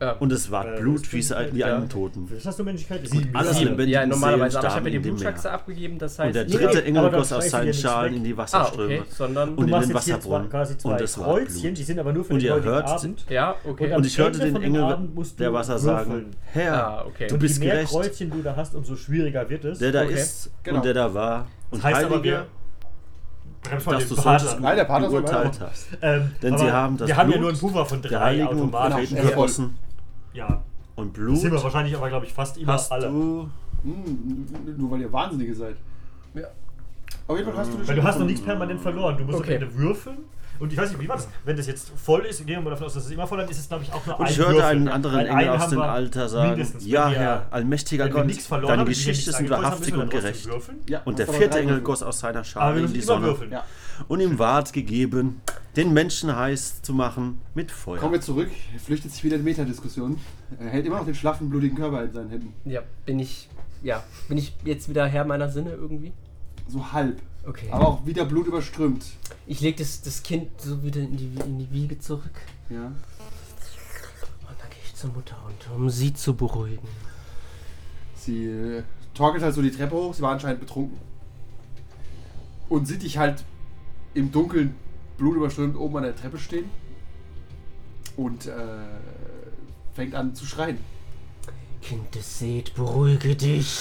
[SPEAKER 3] Ähm,
[SPEAKER 4] und es ward
[SPEAKER 2] Äh,
[SPEAKER 4] Blut
[SPEAKER 2] das
[SPEAKER 4] wie, se- wie
[SPEAKER 2] ja.
[SPEAKER 4] einen Toten.
[SPEAKER 2] Was hast du Menschlichkeit?
[SPEAKER 4] Gut,
[SPEAKER 2] Sieben.
[SPEAKER 4] alles
[SPEAKER 2] Sieben.
[SPEAKER 4] lebendig.
[SPEAKER 3] ja,
[SPEAKER 4] Seelen
[SPEAKER 3] normalerweise, aber ich
[SPEAKER 4] starben
[SPEAKER 3] habe ja
[SPEAKER 4] in
[SPEAKER 3] die
[SPEAKER 4] dem Meer.
[SPEAKER 3] Blutschachse abgegeben, das heißt...
[SPEAKER 4] Und der
[SPEAKER 2] Nee,
[SPEAKER 4] dritte
[SPEAKER 2] nee,
[SPEAKER 4] Engel
[SPEAKER 2] aber dann
[SPEAKER 4] goss aus
[SPEAKER 2] schmeißen
[SPEAKER 4] seinen
[SPEAKER 2] wir nichts
[SPEAKER 4] Schalen
[SPEAKER 2] weg.
[SPEAKER 4] in die
[SPEAKER 3] ah, okay,
[SPEAKER 4] Wasserströme.
[SPEAKER 3] sondern...
[SPEAKER 4] Und
[SPEAKER 2] Du
[SPEAKER 4] in
[SPEAKER 2] machst
[SPEAKER 4] den
[SPEAKER 2] jetzt hier zwei,
[SPEAKER 4] Wasserbrunnen.
[SPEAKER 2] quasi zwei
[SPEAKER 4] Und es war
[SPEAKER 2] Kreuzchen,
[SPEAKER 4] Blut.
[SPEAKER 2] die sind aber nur für
[SPEAKER 4] Und
[SPEAKER 2] den
[SPEAKER 4] ihr
[SPEAKER 2] heutigen
[SPEAKER 4] hört-
[SPEAKER 2] Abend.
[SPEAKER 3] ja, okay.
[SPEAKER 2] Am
[SPEAKER 4] Und ich hörte
[SPEAKER 2] Ende
[SPEAKER 4] den
[SPEAKER 2] von dem
[SPEAKER 4] Engel
[SPEAKER 2] Abend musst
[SPEAKER 4] der
[SPEAKER 2] du
[SPEAKER 4] Wasser sagen:
[SPEAKER 2] würfeln.
[SPEAKER 4] Herr,
[SPEAKER 3] Ah, okay.
[SPEAKER 4] du
[SPEAKER 2] Und
[SPEAKER 4] bist
[SPEAKER 2] je mehr
[SPEAKER 4] gerecht.
[SPEAKER 2] Kreuzchen du da hast, umso schwieriger wird es.
[SPEAKER 4] Der da
[SPEAKER 3] Okay.
[SPEAKER 4] ist
[SPEAKER 1] Genau.
[SPEAKER 4] und der da war. Und
[SPEAKER 2] heißt aber,
[SPEAKER 4] Heilige,
[SPEAKER 2] wir bremsen mal
[SPEAKER 4] dass
[SPEAKER 2] den
[SPEAKER 4] du
[SPEAKER 2] Partner.
[SPEAKER 4] sonst
[SPEAKER 1] Nein, der Partner soll
[SPEAKER 4] beurteilt hast.
[SPEAKER 2] Ähm,
[SPEAKER 4] Denn
[SPEAKER 2] aber
[SPEAKER 4] sie haben das
[SPEAKER 2] Wir haben ja
[SPEAKER 4] Blut
[SPEAKER 2] nur einen Puffer von
[SPEAKER 4] Der
[SPEAKER 2] drei
[SPEAKER 4] Heiligen und
[SPEAKER 2] automatisch.
[SPEAKER 4] Propheten
[SPEAKER 1] Genau.
[SPEAKER 4] gegossen.
[SPEAKER 2] Ja,
[SPEAKER 4] Und
[SPEAKER 2] das sind wir
[SPEAKER 4] Blut
[SPEAKER 2] wahrscheinlich aber, glaube ich, fast immer
[SPEAKER 4] hast
[SPEAKER 2] alle.
[SPEAKER 4] du.
[SPEAKER 1] Hm, nur weil ihr Wahnsinnige seid.
[SPEAKER 3] Ja.
[SPEAKER 1] Auf jeden Fall hast du
[SPEAKER 2] Weil du hast noch nichts permanent verloren. Du musst
[SPEAKER 3] Okay.
[SPEAKER 2] am Ende würfeln. Und ich weiß nicht, wie war das? Wenn das jetzt voll ist, gehen wir mal davon aus, dass es immer voll ist, ist es, glaube ich, auch nur
[SPEAKER 4] Und
[SPEAKER 2] ein
[SPEAKER 4] ich hörte
[SPEAKER 2] Würfel.
[SPEAKER 4] einen anderen
[SPEAKER 2] Weil
[SPEAKER 4] Engel
[SPEAKER 2] einen
[SPEAKER 4] aus
[SPEAKER 2] haben
[SPEAKER 4] dem
[SPEAKER 2] wir
[SPEAKER 4] Alter sagen:
[SPEAKER 2] mindestens, wenn
[SPEAKER 4] Ja,
[SPEAKER 2] wir-
[SPEAKER 4] Herr, allmächtiger
[SPEAKER 2] Wenn wir
[SPEAKER 4] Gott,
[SPEAKER 2] nichts verloren
[SPEAKER 4] deine
[SPEAKER 2] haben, die wir
[SPEAKER 4] Geschichte
[SPEAKER 2] nichts
[SPEAKER 4] sind
[SPEAKER 2] angekreuzt haben, müssen
[SPEAKER 4] wahrhaftig
[SPEAKER 2] wir
[SPEAKER 4] und
[SPEAKER 2] trotzdem
[SPEAKER 4] gerecht.
[SPEAKER 2] würfeln.
[SPEAKER 1] Ja,
[SPEAKER 4] Und der
[SPEAKER 1] hast aber
[SPEAKER 4] vierte
[SPEAKER 1] drei
[SPEAKER 4] Engel
[SPEAKER 1] Würfel.
[SPEAKER 4] goss aus seiner
[SPEAKER 2] Aber wir
[SPEAKER 4] Schale in
[SPEAKER 2] müssen
[SPEAKER 4] die
[SPEAKER 2] immer
[SPEAKER 4] Sonne.
[SPEAKER 2] würfeln.
[SPEAKER 1] Ja.
[SPEAKER 4] Und ihm ward gegeben, den Menschen heiß zu machen mit Feuer.
[SPEAKER 1] Kommen wir zurück, er flüchtet sich wieder in Metadiskussionen. Er hält immer noch den schlaffen, blutigen Körper in seinen Händen.
[SPEAKER 3] Ja, bin ich... Ja, bin ich jetzt wieder Herr meiner Sinne irgendwie?
[SPEAKER 1] So halb.
[SPEAKER 3] Okay.
[SPEAKER 1] Aber auch wieder Blut überströmt.
[SPEAKER 3] Ich lege das, das Kind so wieder in die, in die Wiege zurück.
[SPEAKER 1] Ja.
[SPEAKER 3] Und dann gehe ich zur Mutter und um sie zu beruhigen.
[SPEAKER 1] Sie äh, torkelt halt so die Treppe hoch, sie war anscheinend betrunken. Und sieht dich halt im Dunkeln blutüberströmt oben an der Treppe stehen. Und äh, fängt an zu schreien.
[SPEAKER 3] Kind des Seht, beruhige dich.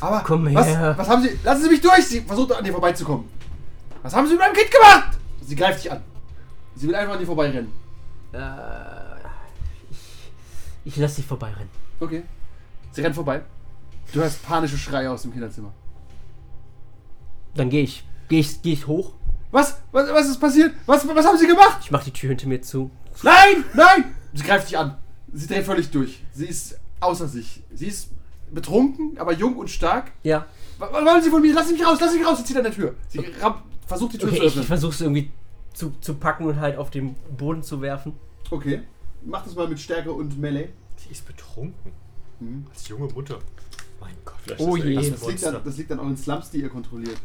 [SPEAKER 1] Aber
[SPEAKER 3] Komm
[SPEAKER 1] was,
[SPEAKER 3] her.
[SPEAKER 1] was haben sie. Lassen Sie mich durch! Sie versucht an dir vorbeizukommen. Was haben Sie mit meinem Kind gemacht? Sie greift dich an. Sie will einfach an dir vorbeirennen.
[SPEAKER 3] Äh, ich, ich lasse sie vorbeirennen.
[SPEAKER 1] Okay. Sie rennt vorbei. Du hörst panische Schreie aus dem Kinderzimmer.
[SPEAKER 3] Dann gehe ich. Gehe ich, geh ich hoch.
[SPEAKER 1] Was? Was, was ist passiert? Was, was haben Sie gemacht?
[SPEAKER 3] Ich mache die Tür hinter mir zu.
[SPEAKER 1] Nein! Nein! Sie greift dich an. Sie dreht völlig durch. Sie ist außer sich. Sie ist betrunken, aber jung und stark.
[SPEAKER 3] Ja.
[SPEAKER 1] Was, was wollen Sie von mir? Lassen Sie mich raus! Lassen Sie mich raus! Sie zieht an der Tür. Sie rammt, versucht die Tür
[SPEAKER 3] Okay,
[SPEAKER 1] zu
[SPEAKER 3] ich,
[SPEAKER 1] öffnen.
[SPEAKER 3] ich versuche es irgendwie zu, zu packen und halt auf den Boden zu werfen.
[SPEAKER 1] okay.
[SPEAKER 6] Mach das mal mit Stärke und Melee.
[SPEAKER 2] Die ist betrunken.
[SPEAKER 6] Mhm.
[SPEAKER 2] Als junge Mutter. Mein Gott, vielleicht
[SPEAKER 3] Oh
[SPEAKER 2] ist das
[SPEAKER 3] je.
[SPEAKER 6] Das liegt,
[SPEAKER 2] Monster
[SPEAKER 6] dann, das liegt dann auch in Slums, die ihr kontrolliert.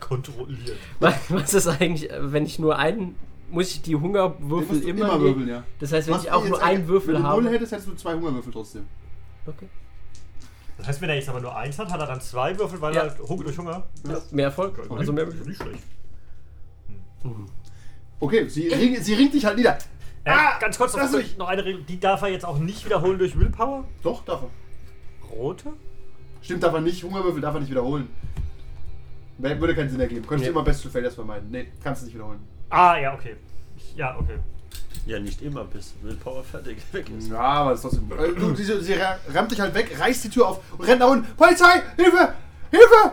[SPEAKER 2] kontrolliert.
[SPEAKER 3] Was ist eigentlich, äh, wenn ich nur einen. Muss ich die
[SPEAKER 6] Den
[SPEAKER 3] Hungerwürfel
[SPEAKER 6] musst du
[SPEAKER 3] immer.
[SPEAKER 6] immer
[SPEAKER 3] nehmen?
[SPEAKER 6] würfeln, ja.
[SPEAKER 3] Das heißt, wenn
[SPEAKER 6] Was
[SPEAKER 3] ich
[SPEAKER 6] ihr
[SPEAKER 3] auch
[SPEAKER 6] jetzt
[SPEAKER 3] nur
[SPEAKER 6] eigentlich-
[SPEAKER 3] einen Würfel
[SPEAKER 6] Wenn du null
[SPEAKER 3] habe.
[SPEAKER 6] hättest, hättest du zwei Hungerwürfel trotzdem.
[SPEAKER 3] Okay.
[SPEAKER 2] Das heißt, wenn er jetzt aber nur eins hat, hat er dann zwei Würfel, weil
[SPEAKER 3] Ja.
[SPEAKER 2] er Hunger durch Hunger.
[SPEAKER 3] Mehr Erfolg. Also mehr
[SPEAKER 2] nicht schlecht.
[SPEAKER 6] Okay, sie, ring, sie ringt dich halt nieder.
[SPEAKER 2] Äh,
[SPEAKER 6] Ah,
[SPEAKER 2] ganz kurz noch,
[SPEAKER 6] lass mich.
[SPEAKER 2] noch eine Regel. Die darf er jetzt auch nicht wiederholen durch Willpower.
[SPEAKER 6] Doch, darf er.
[SPEAKER 2] Rote?
[SPEAKER 6] Stimmt, darf er nicht. Hungerwürfel darf er nicht wiederholen. Wär- Würde keinen Sinn ergeben. Könntest du
[SPEAKER 3] Ja.
[SPEAKER 6] immer Best to Fail das vermeiden. Nee, kannst du nicht wiederholen.
[SPEAKER 2] Ah, ja, okay. Ja, okay.
[SPEAKER 4] Ja, nicht immer, bis Willpower fertig weg ist.
[SPEAKER 6] Ja, aber ist trotzdem. Äh, du, sie, sie ra- rammt dich halt weg, reißt die Tür auf und rennt nach unten. Polizei! Hilfe! Hilfe!